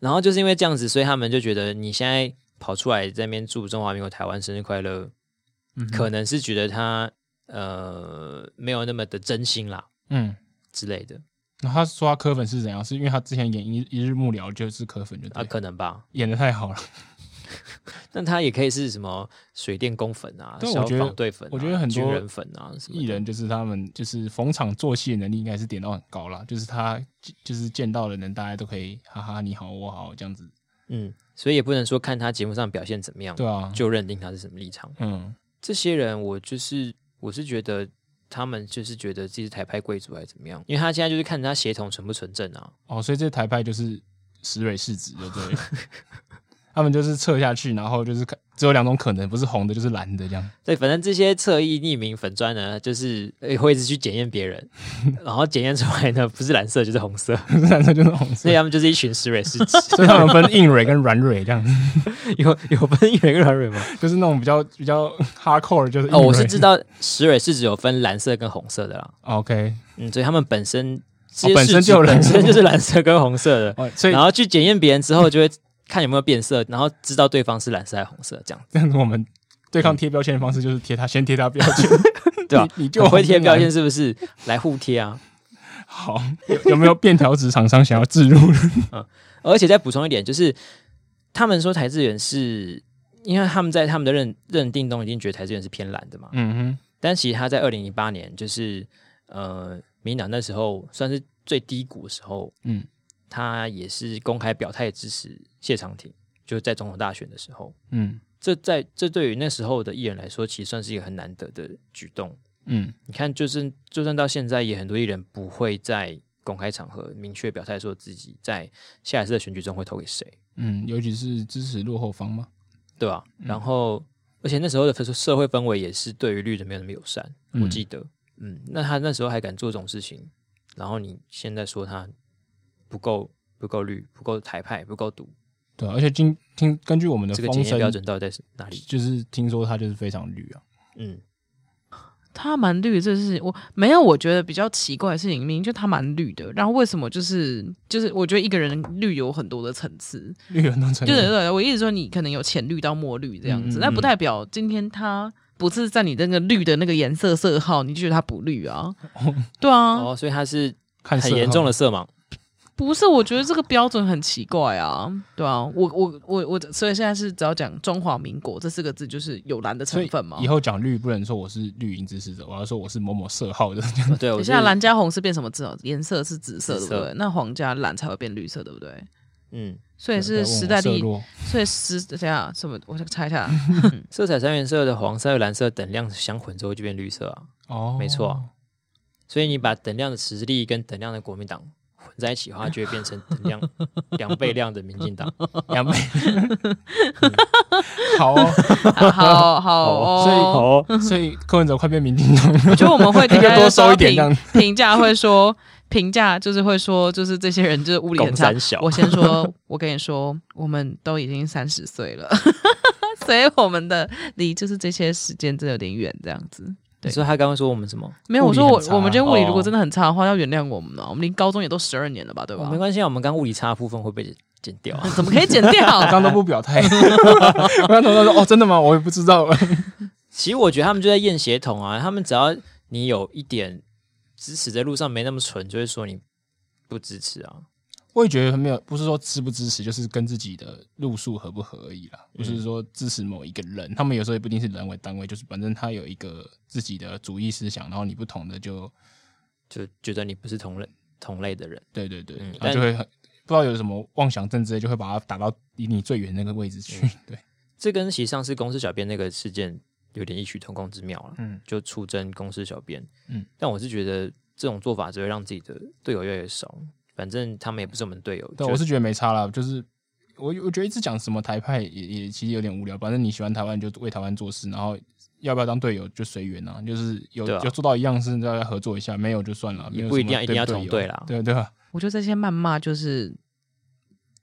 A: 然后就是因为这样子，所以他们就觉得你现在跑出来在那边祝中华民国台湾生日快乐，
B: 嗯哼
A: 可能是觉得他呃没有那么的真心啦
B: 嗯，
A: 之类的
B: 然后他说他磕粉是怎样？是因为他之前演一一日幕僚就是磕粉就对
A: 啊，
B: 了，
A: 可能吧。
B: 演的太好了。
A: 但他也可以是什么水电工粉啊、
B: 对
A: 消
B: 我觉得
A: 防队粉、啊，
B: 我觉得很多
A: 军人粉啊什么的
B: 艺人就是他们就是逢场作戏的能力应该是点到很高啦，就是他就是见到的人大家都可以哈哈你好我好这样子，
A: 嗯，所以也不能说看他节目上表现怎么样
B: 对啊，
A: 就认定他是什么立场。
B: 嗯
A: 这些人，我就是我是觉得他们就是觉得自己是台派贵族还是怎么样，因为他现在就是看他血统纯不纯正啊。
B: 哦，所以这台派就是石蕊试纸，对不对？ *laughs* 他们就是测下去，然后就是看只有两种可能，不是红的就是蓝的这样。
A: 对，反正这些侧翼匿名粉砖呢，就是呃会一直去检验别人， *laughs* 然后检验出来呢，不是蓝色就是红色， *laughs*
B: 蓝色就是红
A: 所
B: 色
A: 以，他们就是一群石蕊试纸，
B: 所以他们分硬蕊跟软蕊这样，
A: *laughs* 有有分一蕊跟软蕊
B: *laughs*
A: 吗？
B: 就是那种比较比较 hardcore 就是硬
A: 哦，
B: 蕊
A: 我是知道石蕊试纸有分蓝色跟红色的啦，
B: 哦 OK
A: 嗯，所以他们本身这
B: 哦
A: 些
B: 本身
A: 试纸
B: 就有蓝
A: 本
B: 色
A: 身就是蓝色跟红色
B: *laughs*
A: 的，
B: 哦，所以
A: 然后去检验别人之后，就会看有没有变色，然后知道对方是蓝色还是红色，这样
B: 这样子我们对抗贴标签的方式就是贴他先贴他标签， *laughs*
A: 对吧、
B: 你你就
A: 很会贴
B: 红跟蓝
A: 标签是不是？来互贴啊！
B: 好，有有没有便条纸厂商想要置入？
A: 而且再补充一点，就是他们说台资源是，因为他们在他们的认认定中已经觉得台资源是偏蓝的嘛，
B: 嗯
A: 但其实他在二零一八年，就是呃，民进党那时候算是最低谷的时候，
B: 嗯，
A: 他也是公开表态支持谢长廷，就是在总统大选的时候。
B: 哼，嗯
A: 这在这对于那时候的艺人来说，其实算是一个很难得的举动。
B: 嗯，
A: 你看，就是就算到现在，也很多艺人不会在公开场合明确表态说自己在下一次的选举中会投给谁，
B: 嗯，尤其是支持落后方嘛。
A: 对吧？
B: 嗯
A: 然后，而且那时候的社社会氛围也是对于绿的没有那么友善，
B: 嗯
A: 我记得，嗯那他那时候还敢做这种事情，然后你现在说他不够不够绿，不够台派，不够毒，
B: 对啊、而且今听根据我们的
A: 这个
B: 风
A: 检验
B: 声，
A: 标准到底在哪里？
B: 就是听说他就是非常绿啊。
A: 嗯，
C: 他蛮绿的这事情，我没有，我觉得比较奇怪的事情，明明就他蛮绿的，然后为什么就是就是，我觉得一个人绿有很多的层次，
B: 绿有很多层
C: 就是
B: 面，
C: 对我一直说你可能有浅绿到墨绿这样
B: 嗯
C: 子，
B: 嗯
C: 那、不代表今天他不是在你那个绿的那个颜色
B: *laughs*
C: 色号，你就觉得他不绿啊？对啊，
A: 哦哦，所以他是
B: 看
A: 很严重的色盲，
C: 不是，我觉得这个标准很奇怪啊，对啊，我我我我，所以现在是只要讲中华民国这四个字，就是有蓝的
B: 所
C: 成
B: 以
C: 分嘛
B: 以。后讲绿不能说我是绿营支持者，我要说我是某某色号的。
A: 对，我
C: 等一
A: 是
C: 下，蓝加红是变什么字哦？颜色是紫色，
A: 紫
C: 对
A: 色
C: 不对？那黄加蓝才会变绿色，对不对？
A: 嗯，
C: 所以
B: 不要
C: 是
B: 问我
C: 时代
B: 色
C: 力，
B: 弱
C: 所以时等一下什么？我想猜
B: *laughs*
C: 一下，
A: 色彩三原色的黄色、蓝色等量相混之后就变绿色啊。
B: 哦，
A: 没错啊所以你把等量的实力跟等量的国民党混在一起的话，就会变成等量两倍量的民进党。
B: 两倍。好哦，
C: 好好好
B: 所以
C: 哦。
A: 哦，
B: 所以柯文哲快变民进党
C: *laughs*
B: 了，
C: 我觉得我
B: *laughs*
C: 们会
B: 要多收一点这样
C: 评评价，会说评价就是会说，就是这些人就是物理很
A: 拱
C: 差
A: 三。小
C: 我先说，我跟你说，我们都已经三十岁了， *laughs* 所以我们的离就是这些时间真的有点远，这样子。
A: 你说他刚刚说我们什么？
C: 没有，
B: 物
C: 我
B: 理
C: 说我
B: 很差
C: 我们觉得物理如果
A: 哦
C: 真的很差的话，要原谅我们啊了。我们离高中也都十二年了吧，对吧
A: 哦、没？关系啊，我们刚物理差的部分会被剪掉
B: *laughs*
A: 啊。
C: 怎么可以剪
B: 我
C: 掉？
B: 刚都不表态。我刚同他说：“哦，真的吗？我也不知道。
A: 其实我觉得他们就在验血统啊，他们只要你有一点支持，在路上没那么蠢，就会说你不支持啊。”
B: 我也觉得没有，不是说支不支持，就是跟自己的路数合不合而已
C: 嗯
B: 啦。不是说支持某一个人，他们有时候也不一定是人为单位，就是反正他有一个自己的主义思想，然后你不同的就
A: 就觉得你不是同类同类的人。
B: 对对对，
A: 嗯
B: 然后就会很不知道有什么妄想症之类，就会把它打到离你最远那个位置去。
A: 嗯
B: 对，
A: 这跟其实上次公司小编那个事件有点异曲同工之妙了。
B: 嗯，
A: 就出征公司小编。
B: 嗯，
A: 但我是觉得这种做法只会让自己的队友越来越少。反正他们也不是我们队友。
B: 对，
A: 就
B: 我是觉得没差啦，就是。我我觉得一直讲什么台派也也其实有点无聊，反正你喜欢台湾就为台湾做事，然后要不要当队友就随缘啊，就是有、
A: 对啊
B: 有做到一样事大家合作一下，没有就算了，
A: 也
B: 没有
A: 不一
B: 什么
A: 定要一定
B: 对
A: 要
B: 不
A: 同
B: 友
A: 队啦
B: 对对啊，
C: *laughs* 我觉得这些谩骂就是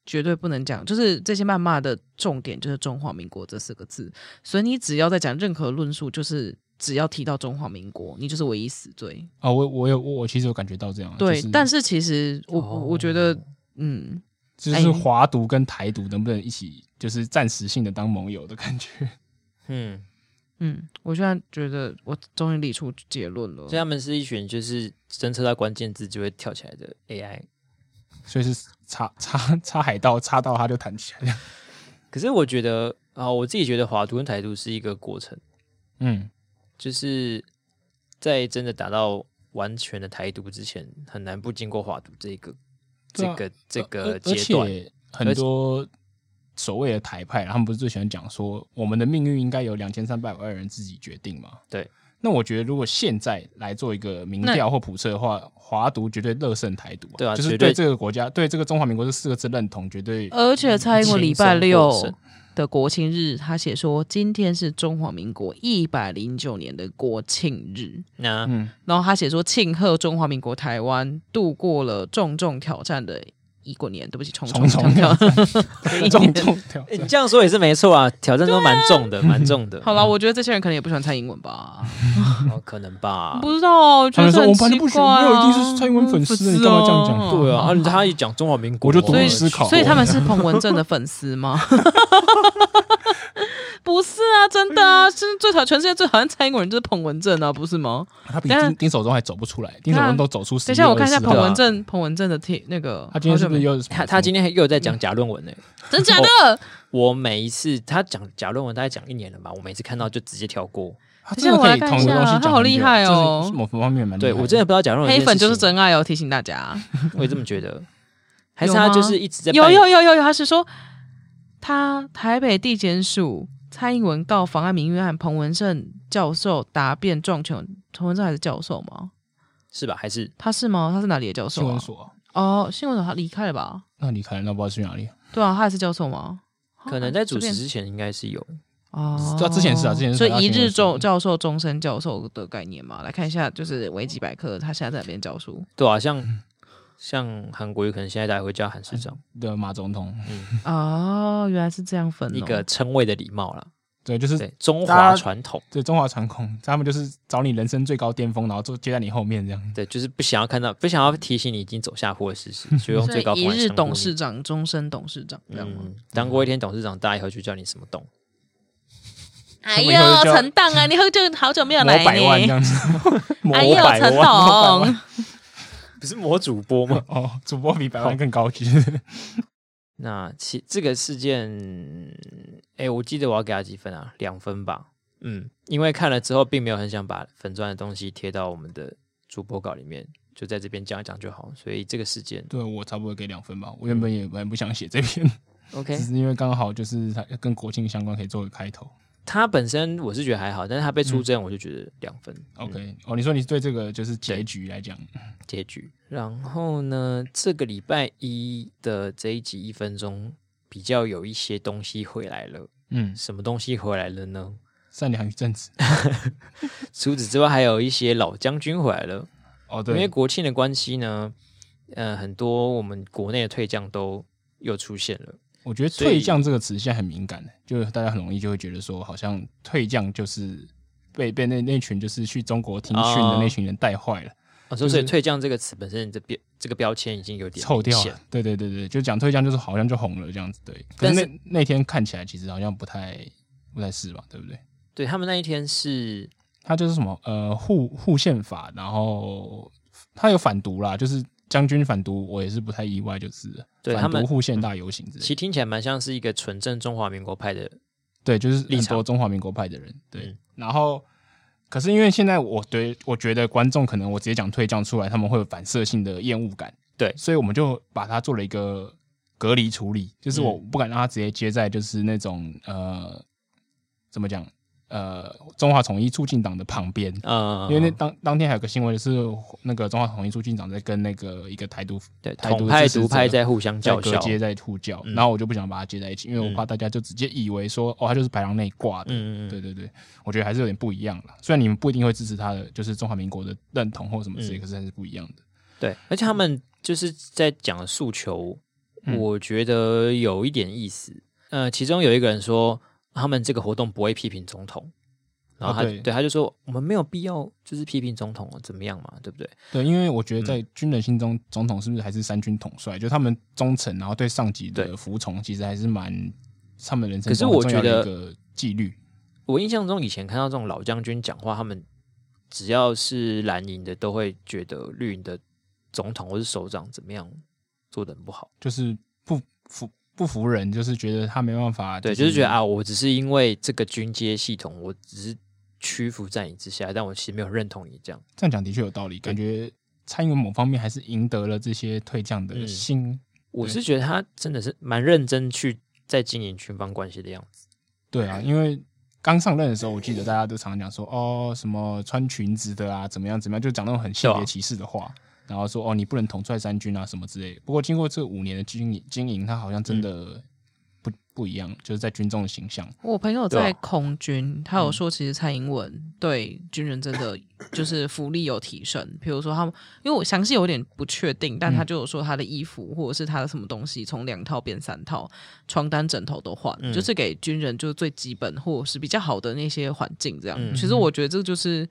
C: 绝对不能讲，就是这些谩骂的重点就是“中华民国”这四个字，所以你只要在讲任何论述，就是只要提到中华民国，你就是唯一死罪。
B: 啊我我有我我其实有感觉到这样，啊
C: 对，
B: 哦就是、
C: 但是其实我、
A: 哦
C: 我觉得，嗯，
A: 哎
B: 就是华独跟台独能不能一起，就是暂时性的当盟友的感觉，
A: 嗯，
C: 嗯，我现在觉得我终于理出结论了
A: 所以。他们是一群就是侦测到关键字就会跳起来的 AI。
B: 所以是插插插海盗插到他就弹起来，
A: 可是我觉得啊、我自己觉得华独跟台独是一个过程，
B: 嗯，
A: 就是在真的达到完全的台独之前，很难不经过华独这个、
B: 对
A: 这
B: 啊
C: 呃
A: 个这个
B: 而而
A: 阶段。
B: 且很多所谓的台派，他们不是最喜欢讲说，我们的命运应该由两千三百万人自己决定嘛？
A: 对。
B: 那我觉得，如果现在来做一个民
C: 那
B: 调或普测的话，华独绝对乐胜台独、
A: 对啊
B: 就
A: 绝
B: 是
A: 对
B: 对这个国家、对这个中华民国这四个字认同，绝对 *laughs*
C: 而且蔡英文礼拜
A: 轻松获
C: 六
A: 胜
C: 的国庆日，他写说今天是中华民国一百零九年的国庆日，
A: 那、
B: 嗯
C: 然后他写说庆贺中华民国台湾度过了重重挑战的一过年，对不起，重
B: 重重
C: 挑
B: 挑
C: 战。
B: 重重挑
A: 诶你
B: 战。
A: 这样说也是没错啊，挑战都蛮重的，蛮重的。
C: 啊 *laughs* 好了，我觉得这些人可能也不喜欢蔡英文
B: *laughs*
C: 吧，
A: 哦，可能吧。
C: 不知道，我觉
B: 他们
C: 得
B: 说
C: 很
B: 我本来
C: 奇
B: 就不喜
C: 怪、
B: 欢，
C: 啊。
B: 没有一定是蔡英文粉丝，啊你干嘛这样讲？
C: 哦
A: 对啊，啊，你他一讲中华民国，
B: 我就独
C: 所以
B: 立思考，
C: 所以他们是彭文正的粉丝吗？ *laughs* 不是啊，真的啊，是最讨全世界最讨厌蔡英文人就是彭文正啊，不是吗？
B: 他比
C: 但
B: 丁丁守中还走不出来，丁守中都走出十
C: 等
B: 一
C: 一下，我看一下
B: 20
C: 彭
B: 了
C: 文正，彭文正的贴那个，
B: 啊他今天是不是
C: 好久
B: 又哦
A: 他他今天又有在
C: 嗯
A: 讲假论文呢、
C: 没真假的？
A: 我每一次他讲假论文，大概讲一年了吧，我每次看到就直接跳过。
B: 他
C: 等
B: 真
C: 一
B: 的
C: 下我
B: 可
C: 来
B: 以
C: 看
B: 同
C: 一
B: 一个
C: 下
B: 东西讲
C: 他好
B: 很
C: 厉
B: 久啊
C: 害
B: 这是
C: 哦
B: 是某方面蛮厉
A: 对
B: 害
A: 我真的不知道假论文这
C: 黑
A: 件
C: 粉就是
A: 事情
C: 真爱哦，提醒大家。
A: 我也这么觉得。还是
C: 有吗
A: 他就是一直在
C: 有
A: 扮
C: 有有有有，他是说他台北地检署蔡英文告妨碍名誉案，彭文正教授答辩撞球，彭文正还是教授吗？
A: 是吧？还是
C: 他是吗？他是哪里的教
B: 新
C: 授、
B: 闻
C: 啊？
B: 所，
C: 哦，新闻所他离开了吧？
B: 那离开了，那不知道去哪里。
C: 对啊，他也是教授吗？
A: *laughs* 可
C: 啊
A: 能在主持
C: 持
A: 之前应该是有。
C: 哦，
B: 对啊之前是啊之前是
C: 所
B: 他
C: 以一
B: 新闻
C: 日
B: 所
C: 中教授、终身教授的概念嘛。来看一下，就是维基百科，他现在在哪边
A: *laughs*
C: 教书？
A: 对啊，像像韩国瑜可能现在大家会叫韩市长，
B: 的马总统，
C: 哦，原来是这样分、哦、
A: 一个称谓的礼貌啦。
B: 对，就是
A: 对，中
B: 大
A: 华
B: 家
A: 传统，
B: 对中华传控，他们就是找你人生最高巅峰，然后就接在你后面这样。
A: 对，就是不想要看到，不想要提醒你已经走下坡的事实，就用
C: 所
A: 最
C: 以
A: 高
C: 一
A: 峰来
C: 日
A: 称呼
C: 董
A: 你
C: 事长，终身董事长，这样吗？
A: 嗯，当过一天董事长，大家以后就叫你什么董。
C: 哎
B: 以后
C: 呦，
B: 就
C: 陈荡啊，你喝就好久没有
B: 摸
C: 来
B: 百万这
C: 呢。
B: 样子，摸
C: 哎呦，
B: 百
C: 陈
B: 万，摸百万
C: 董，
A: 不是魔主播吗？
B: 哦，主播比百万更高级。
A: 那其这个事件，哎、我记得我要给他几分啊？两分吧。嗯，因为看了之后，并没有很想把粉钻的东西贴到我们的主播稿里面，就在这边讲一讲就好。所以这个事件
B: 对我差不多给两分吧。我原本也蛮不想写这篇，
A: ，OK，
B: *laughs*
C: 嗯
B: 只是因为刚好就是它跟国庆相关，可以做个开头。
A: 他本身我是觉得还好，但是他被出征，我就觉得两分。嗯
B: OK，哦，你说你对这个就是结局来讲，
A: 结局。然后呢，这个礼拜一的这一集一分钟比较有一些东西回来了。
B: 嗯，
A: 什么东西回来了呢？
B: 善良与正直。
A: 除此之外，还有一些老将军回来了。
B: 哦，
A: 因为
B: 对，
A: 国庆的关系呢，呃，很多我们国内的退将都又出现了。
B: 我觉得“
A: 所以
B: 退将”这个词现在很敏感，就是大家很容易就会觉得说，好像退将就是被被那那群就是去中国听训的
A: 哦
B: 那群人带坏了。
A: 啊，所以所以“退将”这个词本身这标这个标签已经有点
B: 臭掉
A: 明显
B: 了。对对对对，就讲退将就是好像就红了这样子，对。可
A: 但
B: 是
A: 是
B: 那那天看起来其实好像不太不太是吧，对不对？
A: 对他们那一天是
B: 他就是什么呃护护宪法，然后他有反毒啦，就是将军反毒，我也是不太意外，就是了
A: 对他
B: 反
A: 们嗯
B: 毒护宪大游行之
A: 其
B: 类的
A: 实听起来蛮像是一个纯正中华民国派的，
B: 对，就是
A: 立
B: 很
A: 场
B: 多中华民国派的人，对。
A: 嗯
B: 然后，可是因为现在我对我觉得观众可能我直接讲退将出来，他们会有反射性的厌恶感，
A: 对
B: 所以我们就把它做了一个隔离处理，就是我
A: 嗯
B: 不敢让它直接接在就是那种呃怎么讲呃中华统一促进党的旁边，
A: 呃，
B: 因为那当当天还有个新闻是那个中华统一促进党在跟那个一个台独
A: 对
B: 台独
A: 统派
B: 支持
A: 独派
B: 者
A: 在互相
B: 在
A: 叫
B: 隔
A: 嚣，
B: 接在互教，
A: 嗯
B: 然后我就不想把它接在一起，因为我
A: 嗯
B: 怕大家就直接以为说哦，他就是排行内挂的。
A: 嗯嗯嗯，
B: 对对对，我觉得还是有点不一样啦。虽然你们不一定会支持他的，就是中华民国的认同或什么之类，
A: 嗯
B: 可是还是不一样的。
A: 对，而且他们就是在讲诉求，
B: 嗯
A: 我觉得有一点意思。呃，其中有一个人说，他们这个活动不会批评总统，然后他、
B: 啊对
A: 他就说，我们没有必要就是批评总统怎么样嘛，对不对？
B: 对，因为我
A: 嗯
B: 觉得在军人心中，总统是不是还是三军统帅？就他们忠诚，然后对上级的
A: 对
B: 服从，其实还是蛮他们人生
A: 可是
B: 中很
A: 我
B: 重
A: 觉
B: 要的
A: 得
B: 一个纪律。
A: 我印象中以前看到这种老将军讲话，他们只要是蓝营的，都会觉得绿营的总统或是首长怎么样做的很不好，
B: 就是不服不服人，就是觉得他没办法，
A: 对，就是觉得，啊，我只是因为这个军阶系统，我只是屈服在你之下，但我其实没有认同你这样。
B: 这样讲的确有道理，感觉蔡英文某方面还是赢得了这些退将的
A: 嗯
B: 心。
A: 我
B: 对
A: 是觉得他真的是蛮认真去在经营军方关系的样子。
B: 对啊，因为刚上任的时候，我记得大家都常常讲说，哦，什么穿裙子的啊，怎么样怎么样，就讲那种很性
A: 对
B: 别
A: 啊
B: 歧视的话。然后说哦，你不能统帅三军啊，什么之类的。不过经过这五年的经营，经营他好像真
A: 嗯
B: 的不、不一样，就是在军中的形象。
C: 我朋友
A: 对啊嗯
C: 在空军，他有说，其实蔡英文对军人真
A: *clears throat*
C: 的就是福利有提升。比如说他们，因为我详细有点不确定，
A: 嗯
C: 但他就有说他的衣服或者是他的什么东西从两套变三套，床单、枕头都换，
A: 嗯
C: 就是给军人就是最基本或者是比较好的那些环境。这样，
A: 嗯
C: 其实我觉得这就是。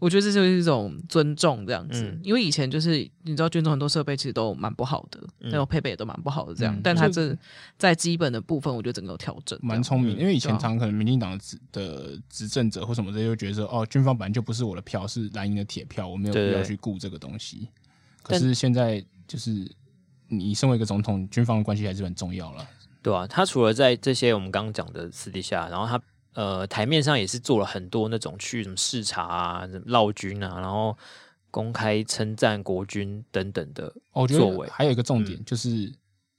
C: 我觉得这就是一种尊重，这样子，
A: 嗯
C: 因为以前就是你知道，军中很多设备其实都蛮不好的，
A: 嗯
C: 那种配备也都蛮不好的，这样。
B: 嗯
C: 但他
B: 就
C: 这在基本的部分，我觉得整个有调整，这样
B: 蛮聪明的，
A: 嗯
B: 因为以前
C: 对啊
B: 常可能民进党的执的执政者或什么之类，就觉得说哦，军方本来就不是我的票，是蓝营的铁票，我没有
A: 对
B: 必要
A: 对
B: 去顾这个东西。可
A: 但
B: 是现在就是你身为一个总统，军方的关系还是很重要了。
A: 对啊，他除了在这些我们刚刚讲的私底下，然后他呃台面上也是做了很多那种去什么视察啊、什么绕军啊，然后公开称赞国军等等的
B: 哦我觉
A: 作
B: 得
A: 为。嗯
B: 还有一个重点、就是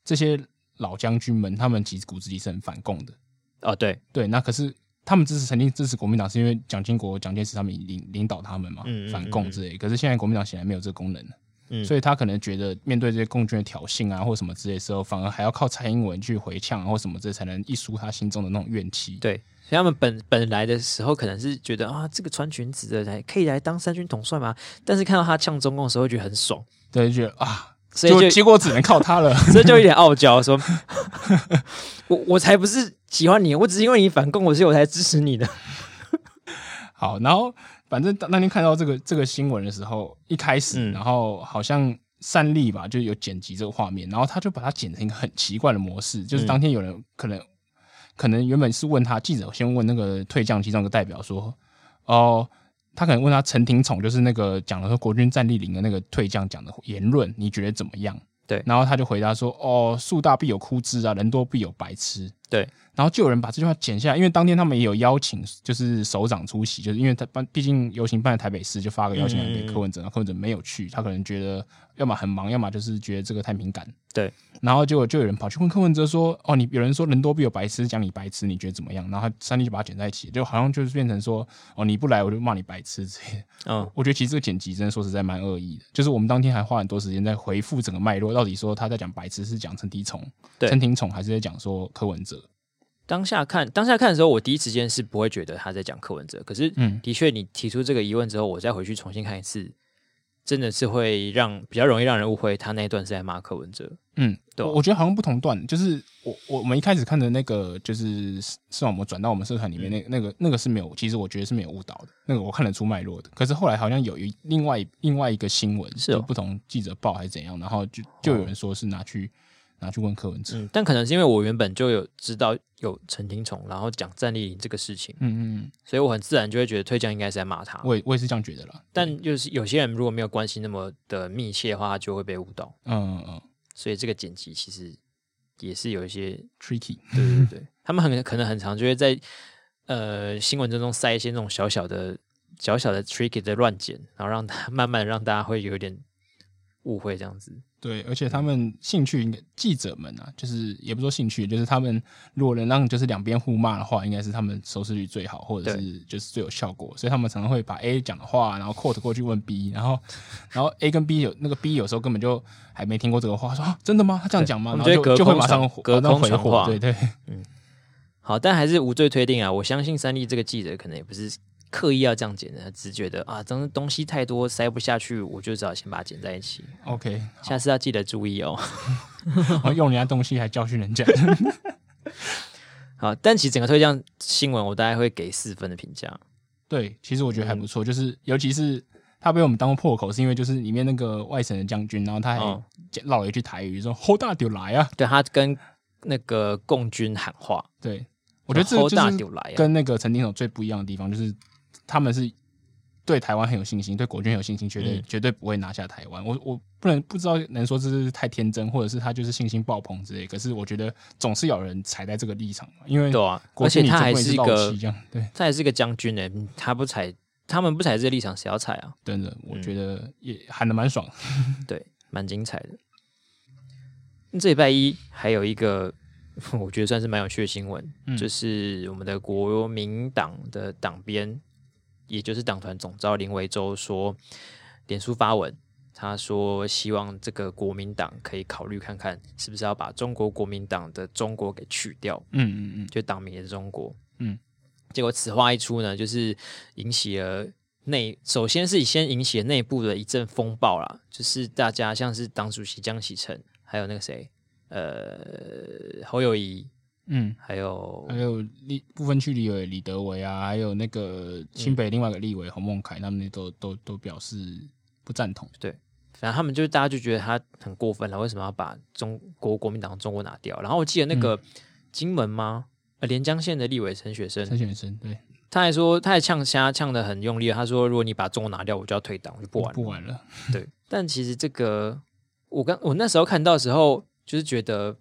B: 这些老将军们，他们其实骨子里是很反共的。
A: 啊，对，
B: 对，那可是他们支持曾经支持国民党，是因为蒋经国、蒋介石他们领领导他们嘛，
A: 嗯嗯
B: 反共之类。可是现在国民党显然没有这个功能了，
A: 嗯
B: 所以他可能觉得面对这些共军的挑衅啊，或什么之类的时候，反而还要靠蔡英文去回呛、啊、或什么之类，才能一抒他心中的那种怨气。
A: 对，所以他们本本来的时候可能是觉得啊，这个穿裙子的来可以来当三军统帅吗？但是看到他呛中共的时候，会觉得很爽，
B: 对，就觉得啊，
A: 所以
B: 就
A: 就
B: 结果只能靠他了。
A: *laughs* 这就有点傲娇，说 *laughs* 我我才不是喜欢你，我只是因为你反共我，所以我才支持你的。
B: 好，然后反正当当天看到这个这个新闻的时候，一开始，
A: 嗯
B: 然后好像善利吧，就有剪辑这个画面，然后他就把它剪成一个很奇怪的模式，就是当天有人可能、可能原本是问他记者先问那个退将其中一个代表说，哦。他可能问他陈廷宠，就是那个讲的说国军战力营的那个退将讲的言论，你觉得怎么样？
A: 对
B: 然后他就回答说：“哦，树大必有枯枝啊，人多必有白痴。”
A: 对，
B: 然后就有人把这句话剪下来，因为当天他们也有邀请，就是首长出席，就是因为他办，毕竟游行办在台北市，就发个邀请函给柯文哲，然后柯文哲没有去，他可能觉得要么很忙，要么就是觉得这个太敏感。
A: 对，
B: 然后结果就有人跑去问柯文哲说：“哦，你有人说人多必有白痴，讲你白痴，你觉得怎么样？”然后他三立就把它剪在一起，就好像就是变成说：“哦，你不来我就骂你白痴之类的。”
A: 嗯，
B: 我觉得其实这个剪辑真的说实在蛮恶意的，就是我们当天还花很多时间在回复整个脉络，到底说他在讲白痴是讲陈迪宠、
A: 对
B: 陈廷宠，还是在讲说柯文哲？
A: 当下看当下看的时候，我第一时间是不会觉得他在讲柯文哲，可是
B: 嗯，
A: 的确你提出这个疑问之后，我再回去重新看一次，真的是会让比较容易让人误会他那一段是在骂柯文哲。
B: 嗯，
A: 对啊
B: 我我觉得好像不同段，就是我我我们一开始看的那个，就是视网膜转到我们社团里
A: 嗯
B: 面那那个那个是没有，其实我觉得是没有误导的，那个我看得出脉络的。可是后来好像有一另外一另外一个新闻，
A: 是哦哦
B: 就不同记者报还是怎样，然后就就有人说是拿去拿去问柯文哲，
A: 嗯，但可能是因为我原本就有知道有陈廷宠，然后讲战力营这个事情，
B: 嗯嗯嗯，
A: 所以我很自然就会觉得退将应该是在骂他。
B: 我也我也是这样觉得啦，
A: 但就是有些人如果没有关系那么的密切的话，他就会被误导。
B: 嗯嗯嗯
A: 所以这个剪辑其实也是有一些，
B: ，tricky，
A: 对对对，他们很可能很常就会在呃新闻当中塞一些那种小小的、小小的 tricky 的乱剪，然后让他 *laughs* 慢慢地让大家会有点误会这样子。
B: 对，而且他们兴趣应该记者们啊，就是也不说兴趣，就是他们如果能让就是两边互骂的话，应该是他们收视率最好，或者是就是最有效果，所以他们常常会把 A 讲的话，然后 quote 过去问 B，然后然后 A 跟 B 有那个 B 有时候根本就还没听过这个话，说啊真的吗？他这样讲吗？
A: 对
B: 然
A: 我们
B: 后就
A: 就会
B: 就
A: 隔
B: 会
A: 空
B: 马上
A: 传
B: 火
A: 隔
B: 马上
A: 空
B: 回
A: 传
B: 火，
A: 话
B: 对对，
A: 好，但还是无罪推定啊！我相信三立这个记者可能也不是刻意要这样剪的，他只是觉得啊，东东西太多塞不下去，我就只好先把它剪在一起。
B: OK，
A: 下次要记得注意哦。 *laughs*
B: 好用人家东西还教训人家，
A: 好，但其实整个推荐新闻，我大概会给四分的评价。
B: 对，其实我
A: 嗯
B: 觉得还不错，就是尤其是他被我们当做破口，是因为就是里面那个外省的将军，然后他还
A: 嗯
B: 唠了一句台语，说“吼大就来啊
A: 对他跟那个共军喊话，”。
B: 对，我觉得这
A: 吼
B: 就
A: 大
B: 是
A: 丢来啊！
B: 跟那个陈廷总最不一样的地方，就是他们是对台湾很有信心，对国军很有信心，绝对、
A: 嗯
B: 绝对不会拿下台湾。我我不能不知道能说这是太天真，或者是他就是信心爆棚之类。可是我觉得总是有人踩在这个立场嘛，因为
A: 对啊，
B: 国
A: 而且
B: 军你
A: 他
B: 总
A: 还
B: 不能
A: 是一
B: 漏
A: 个
B: 气，这样对。
A: 他还是一个将军呢、欸他不踩，他们不踩这个立场，谁要踩啊？
B: 真的，我觉得也喊的蛮爽。
A: 对，蛮精彩的。那这礼拜一还有一个， *laughs* 我觉得算是蛮有趣的新闻，
B: 嗯
A: 就是我们的国民党的党鞭，也就是党团总召林维洲说，脸书发文，他说希望这个国民党可以考虑看看，是不是要把中国国民党的中国给去掉。
B: 嗯嗯嗯。
A: 就党名也是中国。
B: 嗯，
A: 结果此话一出呢，就是引起了内，首先是先引起了内部的一阵风暴啦，就是大家像是党主席江启臣，还有那个谁，呃，侯友谊，
B: 嗯
A: 还有
B: 还有立部分区立委李德维啊，还有那个
A: 嗯
B: 新北另外一个立委洪孟凯，他们都都都表示不赞同。
A: 反正他们就是大家就觉得他很过分了，为什么要把中国国民党中国拿掉？然后我记得那个金门吗？呃，连江县的立委陈雪生，
B: 陈选生对
A: 他还说，他还呛虾呛的很用力，他说如果你把中国拿掉，我就要退党，我就不玩了。
B: 不玩了，
A: 对，但其实这个，我刚我那时候看到的时候，就是觉得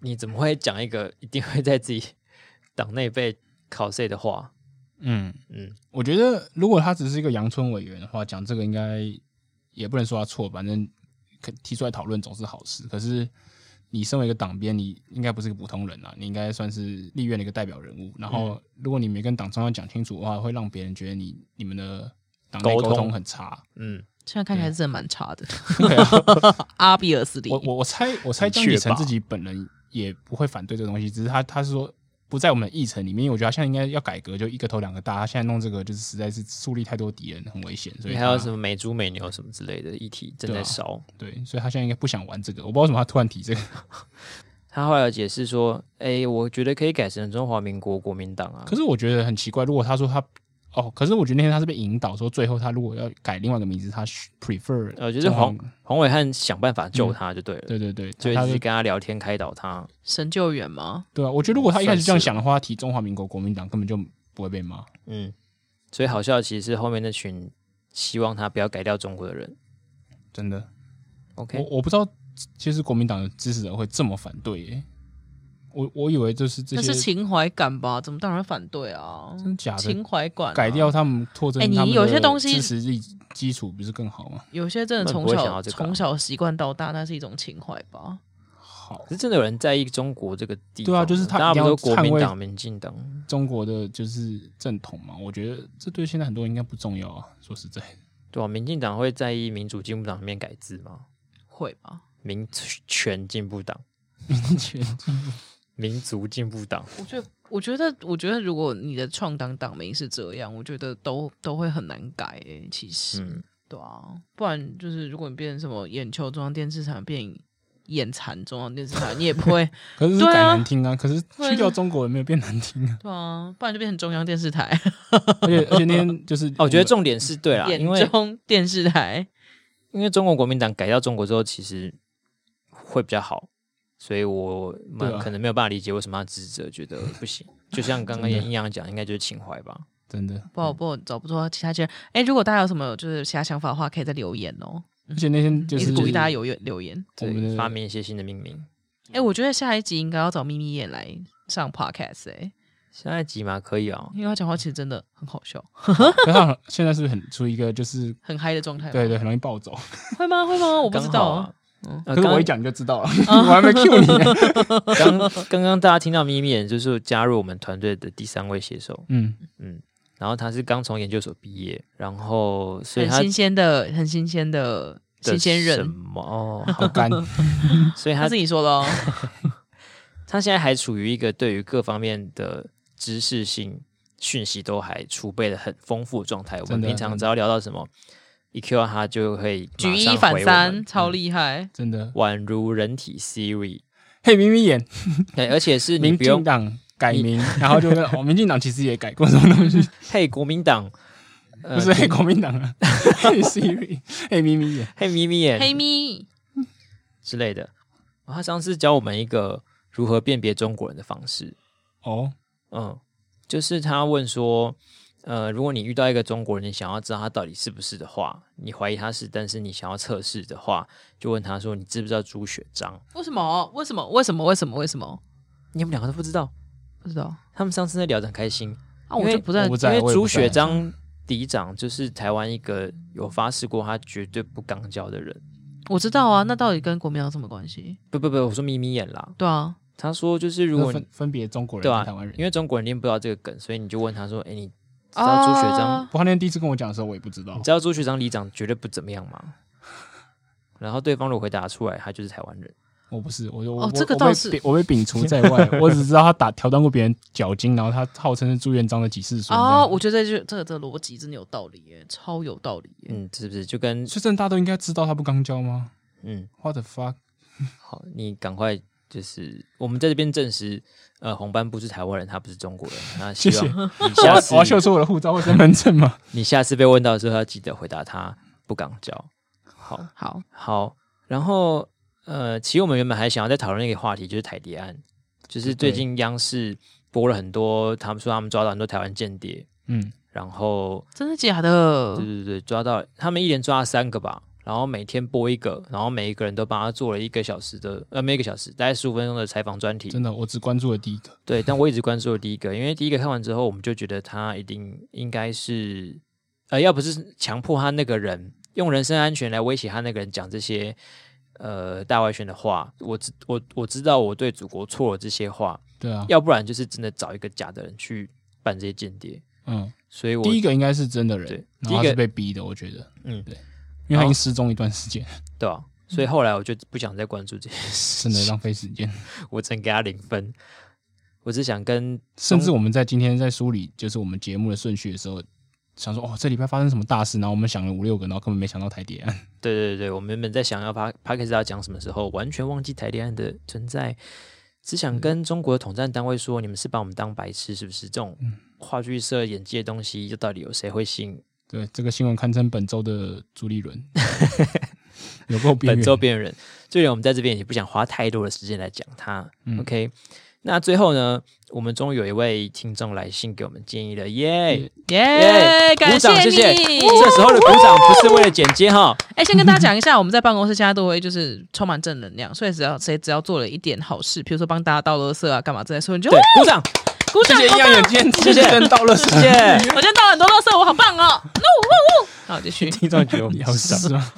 A: 你怎么会讲一个一定会在自己 *laughs* 党内被考 C 的话？
B: 嗯，
A: 嗯，
B: 我觉得如果他只是一个阳春委员的话，讲这个应该也不能说他错，反正可提出来讨论总是好事。可是你身为一个党鞭，你应该不是个普通人啊，你应该算是立院的一个代表人物。然
A: 嗯
B: 后如果你没跟党中央讲清楚的话，会让别人觉得你你们的党内
A: 沟
B: 沟
A: 通
B: 通很
A: *laughs*
B: 差。
A: 嗯，
C: 现在看起来是真的蛮差的。 *laughs*
B: 对啊
C: 阿比尔斯里，
B: 我我我猜我猜
A: 的
B: 江
A: 确
B: 启臣
A: 吧
B: 自己本人也不会反对这个东西，只是他他是说不在我们的议程里面，因为我觉得他现在应该要改革，就一个头两个大，他现在弄这个就是实在是树立太多敌人，很危险，所以
A: 你还有
B: 他
A: 什么美猪美牛什么之类的议题正
B: 对
A: 在
B: 啊
A: 烧。
B: 对，所以他现在应该不想玩这个，我不知道为什么他突然提这个， *laughs*
A: 他后来有解释说：“哎，我觉得可以改成中华民国国民党啊
B: 可。是我觉得很奇怪，如果他说他。哦，可是我觉得那天他是被引导说，最后他如果要改另外一个名字，他 prefer
A: 呃就是
B: 中华
A: 黄黄伟汉想办法救他就对了，
B: 嗯对对对，
A: 就
B: 他
A: 一
B: 是
A: 直跟他聊天开导他。
C: 神救援吗？
B: 对啊，我觉得如果他一开始这
A: 算
B: 样
A: 是
B: 想的话，他提中华民国国民党根本就不会被骂。
A: 嗯，所以好笑的其实是后面那群希望他不要改掉中国的人。
B: 真的。
A: OK，
B: 我我不知道，其实国民党的支持者会这么反对耶。我我以为就是这
C: 那
B: 些
C: 是情怀感吧？怎么当然反对啊？
B: 真的假的
C: 情怀感、
B: 改掉。他们拓
C: 啊哎
B: 增
C: 你
B: 他们
C: 有些
B: 的
C: 东西
B: 支持力基础不是更好吗？
C: 有些真的
A: 那
C: 从
A: 不会想
C: 小
A: 到这个啊
C: 从小习惯到大，那是一种情怀吧。
B: 好
A: 可，是真的有人在意中国这个地方
B: 对
A: 吗？
B: 啊就是他
A: 大
B: 一
A: 家
B: 定
A: 不都
B: 要
A: 国民
B: 捍卫
A: 党、民进党，
B: 中国的就是正统嘛，我觉得这对现在很多人应该不重要啊。说实
C: *laughs*
B: 在，
A: 对吧、啊民进党会在意民主进步党里面改字吗？
C: 会吧？
A: 民权进步党、
B: 民权
A: 民族进步党，
C: 我觉得，我觉得，我觉得，如果你的创党党名是这样，我觉得都都会很难改诶、其实，
A: 嗯，
C: 对啊，不然就是如果你变成什么眼球中央电视台变眼馋中央电视台，你也不会
B: 可是是
C: 对啊
B: 改难听啊，可是
C: 对
B: 去掉中国也没有变难听啊。
C: 对啊，不然就变成中央电视台、
B: 而且而且那天就是
A: 哦，我觉得重点是
B: 啊
A: 对啦，因为
C: 眼中电视台。
A: 因为中国国民党改掉中国之后，其实会比较好，所以我
B: 对
A: 们
B: 啊
A: 可能没有办法理解为什么他支持者觉得不 *laughs* 行。就像刚刚
B: 真的
A: 阴阳讲，应该就是情怀吧。
B: 真的，
C: 不
A: 嗯
C: 好，不好，找不出其他其他。哎，如果大家有什么就是其他想法的话，可以再留言哦。
B: 而且那天就
C: 一
B: 是
C: 直鼓励大家有留言。
B: 我们
A: 对，
B: 的
A: 发明一些新的命名。
C: 哎，我觉得下一集应该要找咪咪也来上 podcast 哎、
A: 下一集嘛，可以啊、
C: 因为他讲话其实真的很好笑，
B: 可是他现在是不是很出一个就是
C: 很嗨的状态。哦
B: 对对，很容易暴走。
C: 会吗？会吗？我
A: 我
C: 不知道。
A: 啊。呃
B: 可是我
A: 刚
B: 一讲你就知 *laughs* 道了，我还没 Q 你呢。
A: 刚 *laughs* 刚刚大家听到咪咪，就是加入我们团队的第三位写手，
B: *laughs* 嗯，
A: 嗯，然后他是刚从研究所毕业，然后所以
C: 很
A: 他
C: 新鲜的，很新鲜的
A: 的
C: 新鲜
A: 什
C: 人，
A: 么哦，
B: *laughs*
C: *laughs*
B: 好干，
A: 所以
C: 他
A: 他
C: 自己说的哦。
A: 他现在还处于一个对于各方面的知识性讯息都还储备的很丰富的状态。我
B: 真
A: 们
B: 的
A: 平常只要聊到什么一 q 到他就会马上
C: 举一反
A: 回我
C: 三，
A: 们嗯
C: 超厉害。
B: 真的。
A: 宛如人体 Siri。
B: 嘿，明明演
A: 对，而且是你
B: 民
A: 不用
B: 进党改名， *laughs* 然后就跟哦，民进党其实也改过什么东 *laughs* 西，
A: 配国民党，呃
B: 不是嘿国民党 *laughs* 啊，嘿 Siri，嘿明明演，
A: 黑咪咪眼
C: 黑咪，
A: 之类的。哦他上次教我们一个如何辨别中国人的方式，
B: 哦，
A: 嗯，就是他问说，呃，如果你遇到一个中国人，你想要知道他到底是不是的话，你怀疑他是，但是你想要测试的话，就问他说，你知不知道朱雪章？
C: 为什么？为什么？为什么？为什么？为什么？
A: 你们两个都不知道，
C: 不知道
A: 他们上次在聊得很开心，
C: 啊，
A: 因
C: 我
A: 为
C: 就不在
B: 我。不在
A: 因
B: 我
A: 为
B: 也不
A: 朱雪
B: 在
A: 章里长就是台湾一个有发誓过他绝对不肛交的人。
C: 我知道啊，那到底跟国民党有什么关系？
A: 不不不，我说眯眯眼啦。
C: 对啊，
A: 他说就是如果
B: 分分别中国人
A: 对
B: 跟
A: 啊
B: 台湾人，，
A: 因为中国人一定不知道这个梗，所以你就问他说：“哎、你知道朱雪章？
C: 啊
B: 我他那天第一次跟我讲的时候，我也不知道
A: 你知，道朱学长里长绝对不怎么样吗？ *laughs* 然后对方如果回答出来，他就是台湾人。
B: 我不是，我就我
C: 哦
B: 我
C: 这个
B: 我
C: 倒
B: 被
C: 是
B: 被我被摒除在 *laughs* 外，我只知道他打挑断过别人脚筋，然后他号称是朱元璋的几世孙，
C: 哦，
B: 哦，
C: 我觉得这就这个这个逻辑真的有道理耶，超有道理耶。
A: 嗯，是不是？就跟
B: 所以真的大家都应该知道他不刚交吗
A: 嗯，
B: ？What the fuck？
A: 好，你赶快就是我们在这边证实，呃，红斑不是台湾人，他不是中国人。那希望
B: 谢
A: 你
B: 我
A: 下
B: 要
A: 次
B: 我要秀出我的护照或身份证吗？
A: 你下次被问到的时候，要记得回答他不港交。好
C: 好，
A: 好，然后呃，其实我们原本还想要再讨论一个话题，就是台谍案，就是最
B: 对
A: 近央视播了很多，他们说他们抓到很多台湾间谍，
B: 嗯，
A: 然后
C: 真的假的
A: 对？对对，抓到他们一连抓了三个吧，然后每天播一个，然后每一个人都帮他做了一个小时的，呃，没有一个小时，大概十五分钟的采访专题
B: 真。的，我只关注了第一个。
A: 对，但我一直关注了第一个，因为第一个看完之后，我们就觉得他一定应该是，呃，要不是强迫他那个人用人身安全来威胁他那个人讲这些，呃，大外宣的话，我知我我知道我对祖国错了这些话，
B: 对啊，
A: 要不然就是真的找一个假的人去办这些间谍，
B: 嗯，
A: 所以我
B: 第一个应该是真的人
A: 对，
B: 然
A: 第一
B: 后他
A: 个
B: 是被逼的，我觉得，
A: 嗯
B: 对，因为他已经失踪一段时间， *laughs*
A: 对啊，所以后来我就不想再关注这些 *laughs* 事
B: 真的浪费时间。
A: 我真给他零分。我只想跟
B: 甚至我们在今天在梳理就是我们节目的顺序的时候，想说哦，这礼拜发生什么大事，然后我们想了五六个，然后根本没想到台谍案。
A: 对对对，我们原本在想要 p a p a k 要讲什么时候，完全忘记台联案的存在，只想跟中国的统战单位说，你们是把我们当白痴是不是？这种话剧社演技的东西，又到底有谁会信？
B: 对，这个新闻堪称本周的朱
A: *laughs*
B: 立伦，有够边
A: 本周
B: 缘。
A: 边缘人，虽然我们在这边也不想花太多的时间来讲他。OK，那最后呢，我们终于有一位听众来信给我们建议了，耶、
C: 耶！
A: 鼓
C: 哎感
A: 掌，谢
C: 你。
A: 谢。这时候的鼓掌不是为了剪接哈，
C: 哎，先跟大家讲一下，我们在办公室现在都会就是充满正能量，所以只要谁只要做了一点好事，比如说帮大家倒垃圾啊、干嘛之类的，所以你就
A: 对，鼓掌，
C: 鼓
B: 谢
C: 掌
B: 谢
C: 鼓
B: 一
C: 掌。
B: 样有坚持，
A: 谢谢
B: 真到了世
A: 谢
B: 界。
A: 谢。 *laughs*
C: 我今天倒了很多垃圾，我好棒哦！呜呜呜！好，
A: *laughs*
C: 继续。
A: 听众觉得我们
B: 你
A: 好
B: 要
A: 少。
B: 是吗？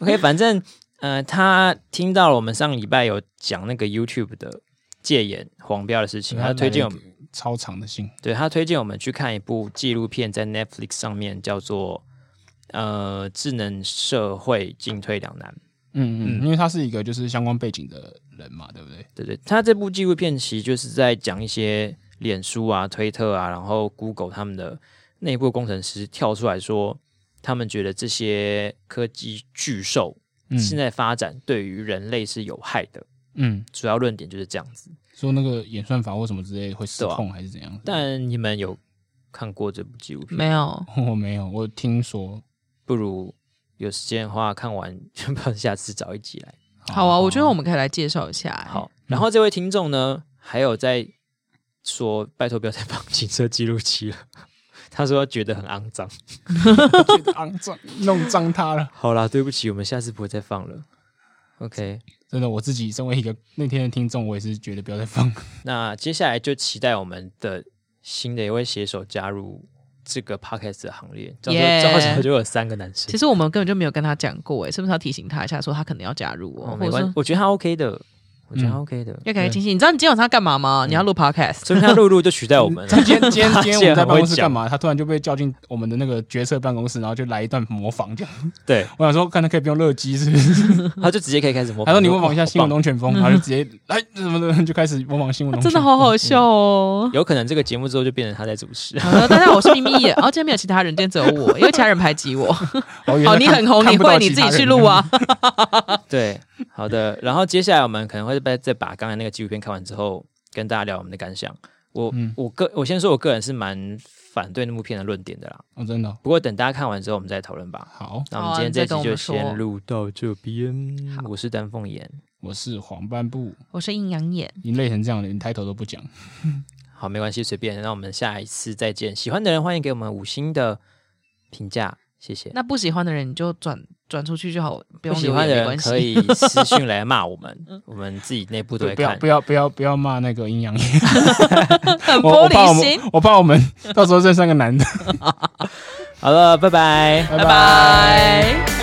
A: OK，反正呃，他听到了我们上礼拜有讲那个 YouTube 的戒严黄标的事
B: 嗯
A: 情，他推荐我们，
B: 超长的信，
A: 对他推荐我们去看一部纪录片，在 Netflix 上面叫做呃《智能社会进退两难》。
B: 嗯嗯，因为他是一个就是相关背景的人嘛，对不对？
A: 对对，他这部纪录片其实就是在讲一些脸书啊、推特啊，然后 Google 他们的内部工程师跳出来说，他们觉得这些科技巨兽
B: 嗯
A: 现在发展对于人类是有害的，
B: 嗯，
A: 主要论点就是这样子。
B: 说那个演算法或什么之类会
C: 啊
B: 失控还是怎样？
A: 但你们有看过这部纪录片？
C: 没有，
B: *laughs* 我没有，我听
C: *laughs*
B: 说。
A: 不如有时间的话看完， *laughs* 不然下次找一集来。
C: 好啊，我觉得我们可以来介绍一下。哎，
A: 好，然后这位听众呢，还有在说，拜托不要再放行车记录器了。 *laughs* 他说觉得很肮脏。
B: 觉得肮脏，弄脏他了。
A: 好啦，对不起，我们下次不会再放了。OK，
B: 真的，我自己身为一个那天的听众，我也是觉得不要再
C: *laughs*
B: 放。
A: 那接下来就期待我们的新的一位写手加入这个 podcast 的行列。到时候
C: Yeah
A: 到时候就有三个男生
C: 其。实我们根本就没有跟他讲过，哎，是不是要提醒他一下，说他可能要加入
A: 哦，
C: 哦，
A: 没
C: 或者
A: 关系
C: 说，
A: 我觉得他 OK 的，我觉得他
B: 嗯
A: OK 的。
C: 要给他提醒。你知道你今天晚上要干嘛吗？你
A: 嗯
C: 要录 podcast。
A: 所以他露露就取代我们了。
B: *laughs* 今天今天今天我们在办公室干
A: 嘛？ *laughs*
B: 嘛？他突然就被叫进我们的那个决策办公室，然后就来一段模仿
C: *laughs*
B: 这样。
A: 对，
B: 我想说，看他可以不用乐基是不是？
A: 他就直接可以开始模仿。哦
B: 他说你模仿一下新闻
A: 好
B: 龙卷风，然后就直接来什么的就开始模仿新闻
C: 他
B: 龙
C: 真
B: 卷
C: 的 *laughs*
B: 风。
C: 好好笑
B: 嗯
C: 哦 *laughs*
A: 棒！！有可能这个节目之后就变成他在主
B: *laughs*
A: 持。
C: 好的，大家好，我是咪咪眼。然后今天没有其他人，今天只有我，因为其他人排挤我。
B: *laughs* 哦，原来
C: 好，你
B: 看
C: 很
B: *laughs*
C: 红，
B: 看
C: 你
B: 不到
C: 会，你
B: 其
C: 自
B: 他
C: 己去
B: 人
C: 录啊。
A: 对，好的。然后接下来我们可能会再再把刚才那个纪录片看完之后，跟大家聊我们的感想。我、
B: 嗯
A: 我个我先说，我个人是蛮反对那部片的论点的啦。
B: *laughs* 哦，真的哦
A: 不过等大家看完之后，我们再讨论吧。
B: 好。
A: 那我
C: 好
A: 们
C: 啊
A: 今天
C: 你
A: 这
C: 再
A: 集就
C: 跟我们说
A: 先录到这边。
B: 啊
A: 我是丹凤眼。
B: 我是黄斑部，
C: 我是阴阳眼，
B: 你累成这样，连抬头都不讲。
A: 好，没关系，随便。那我们下一次再见。喜欢的人欢迎给我们五星的评价，谢谢。
C: 那不喜欢的人你就转转出去就好，不
A: 不
C: 用
A: 喜
C: 留
A: 欢的
C: 言没
A: 人
C: 关
A: 可
C: 系。嗯
A: 以私讯来骂我们，我们自己内部都会
B: 不要
A: 看
B: 不。要不要不要骂那个阴阳眼，
C: *laughs* 很
B: 我我
C: 玻
B: 怕我
C: 璃
B: 们
C: 心。
B: 我怕我们到时候认三个男的，
A: 好了，拜拜。
B: 拜
C: 拜。拜。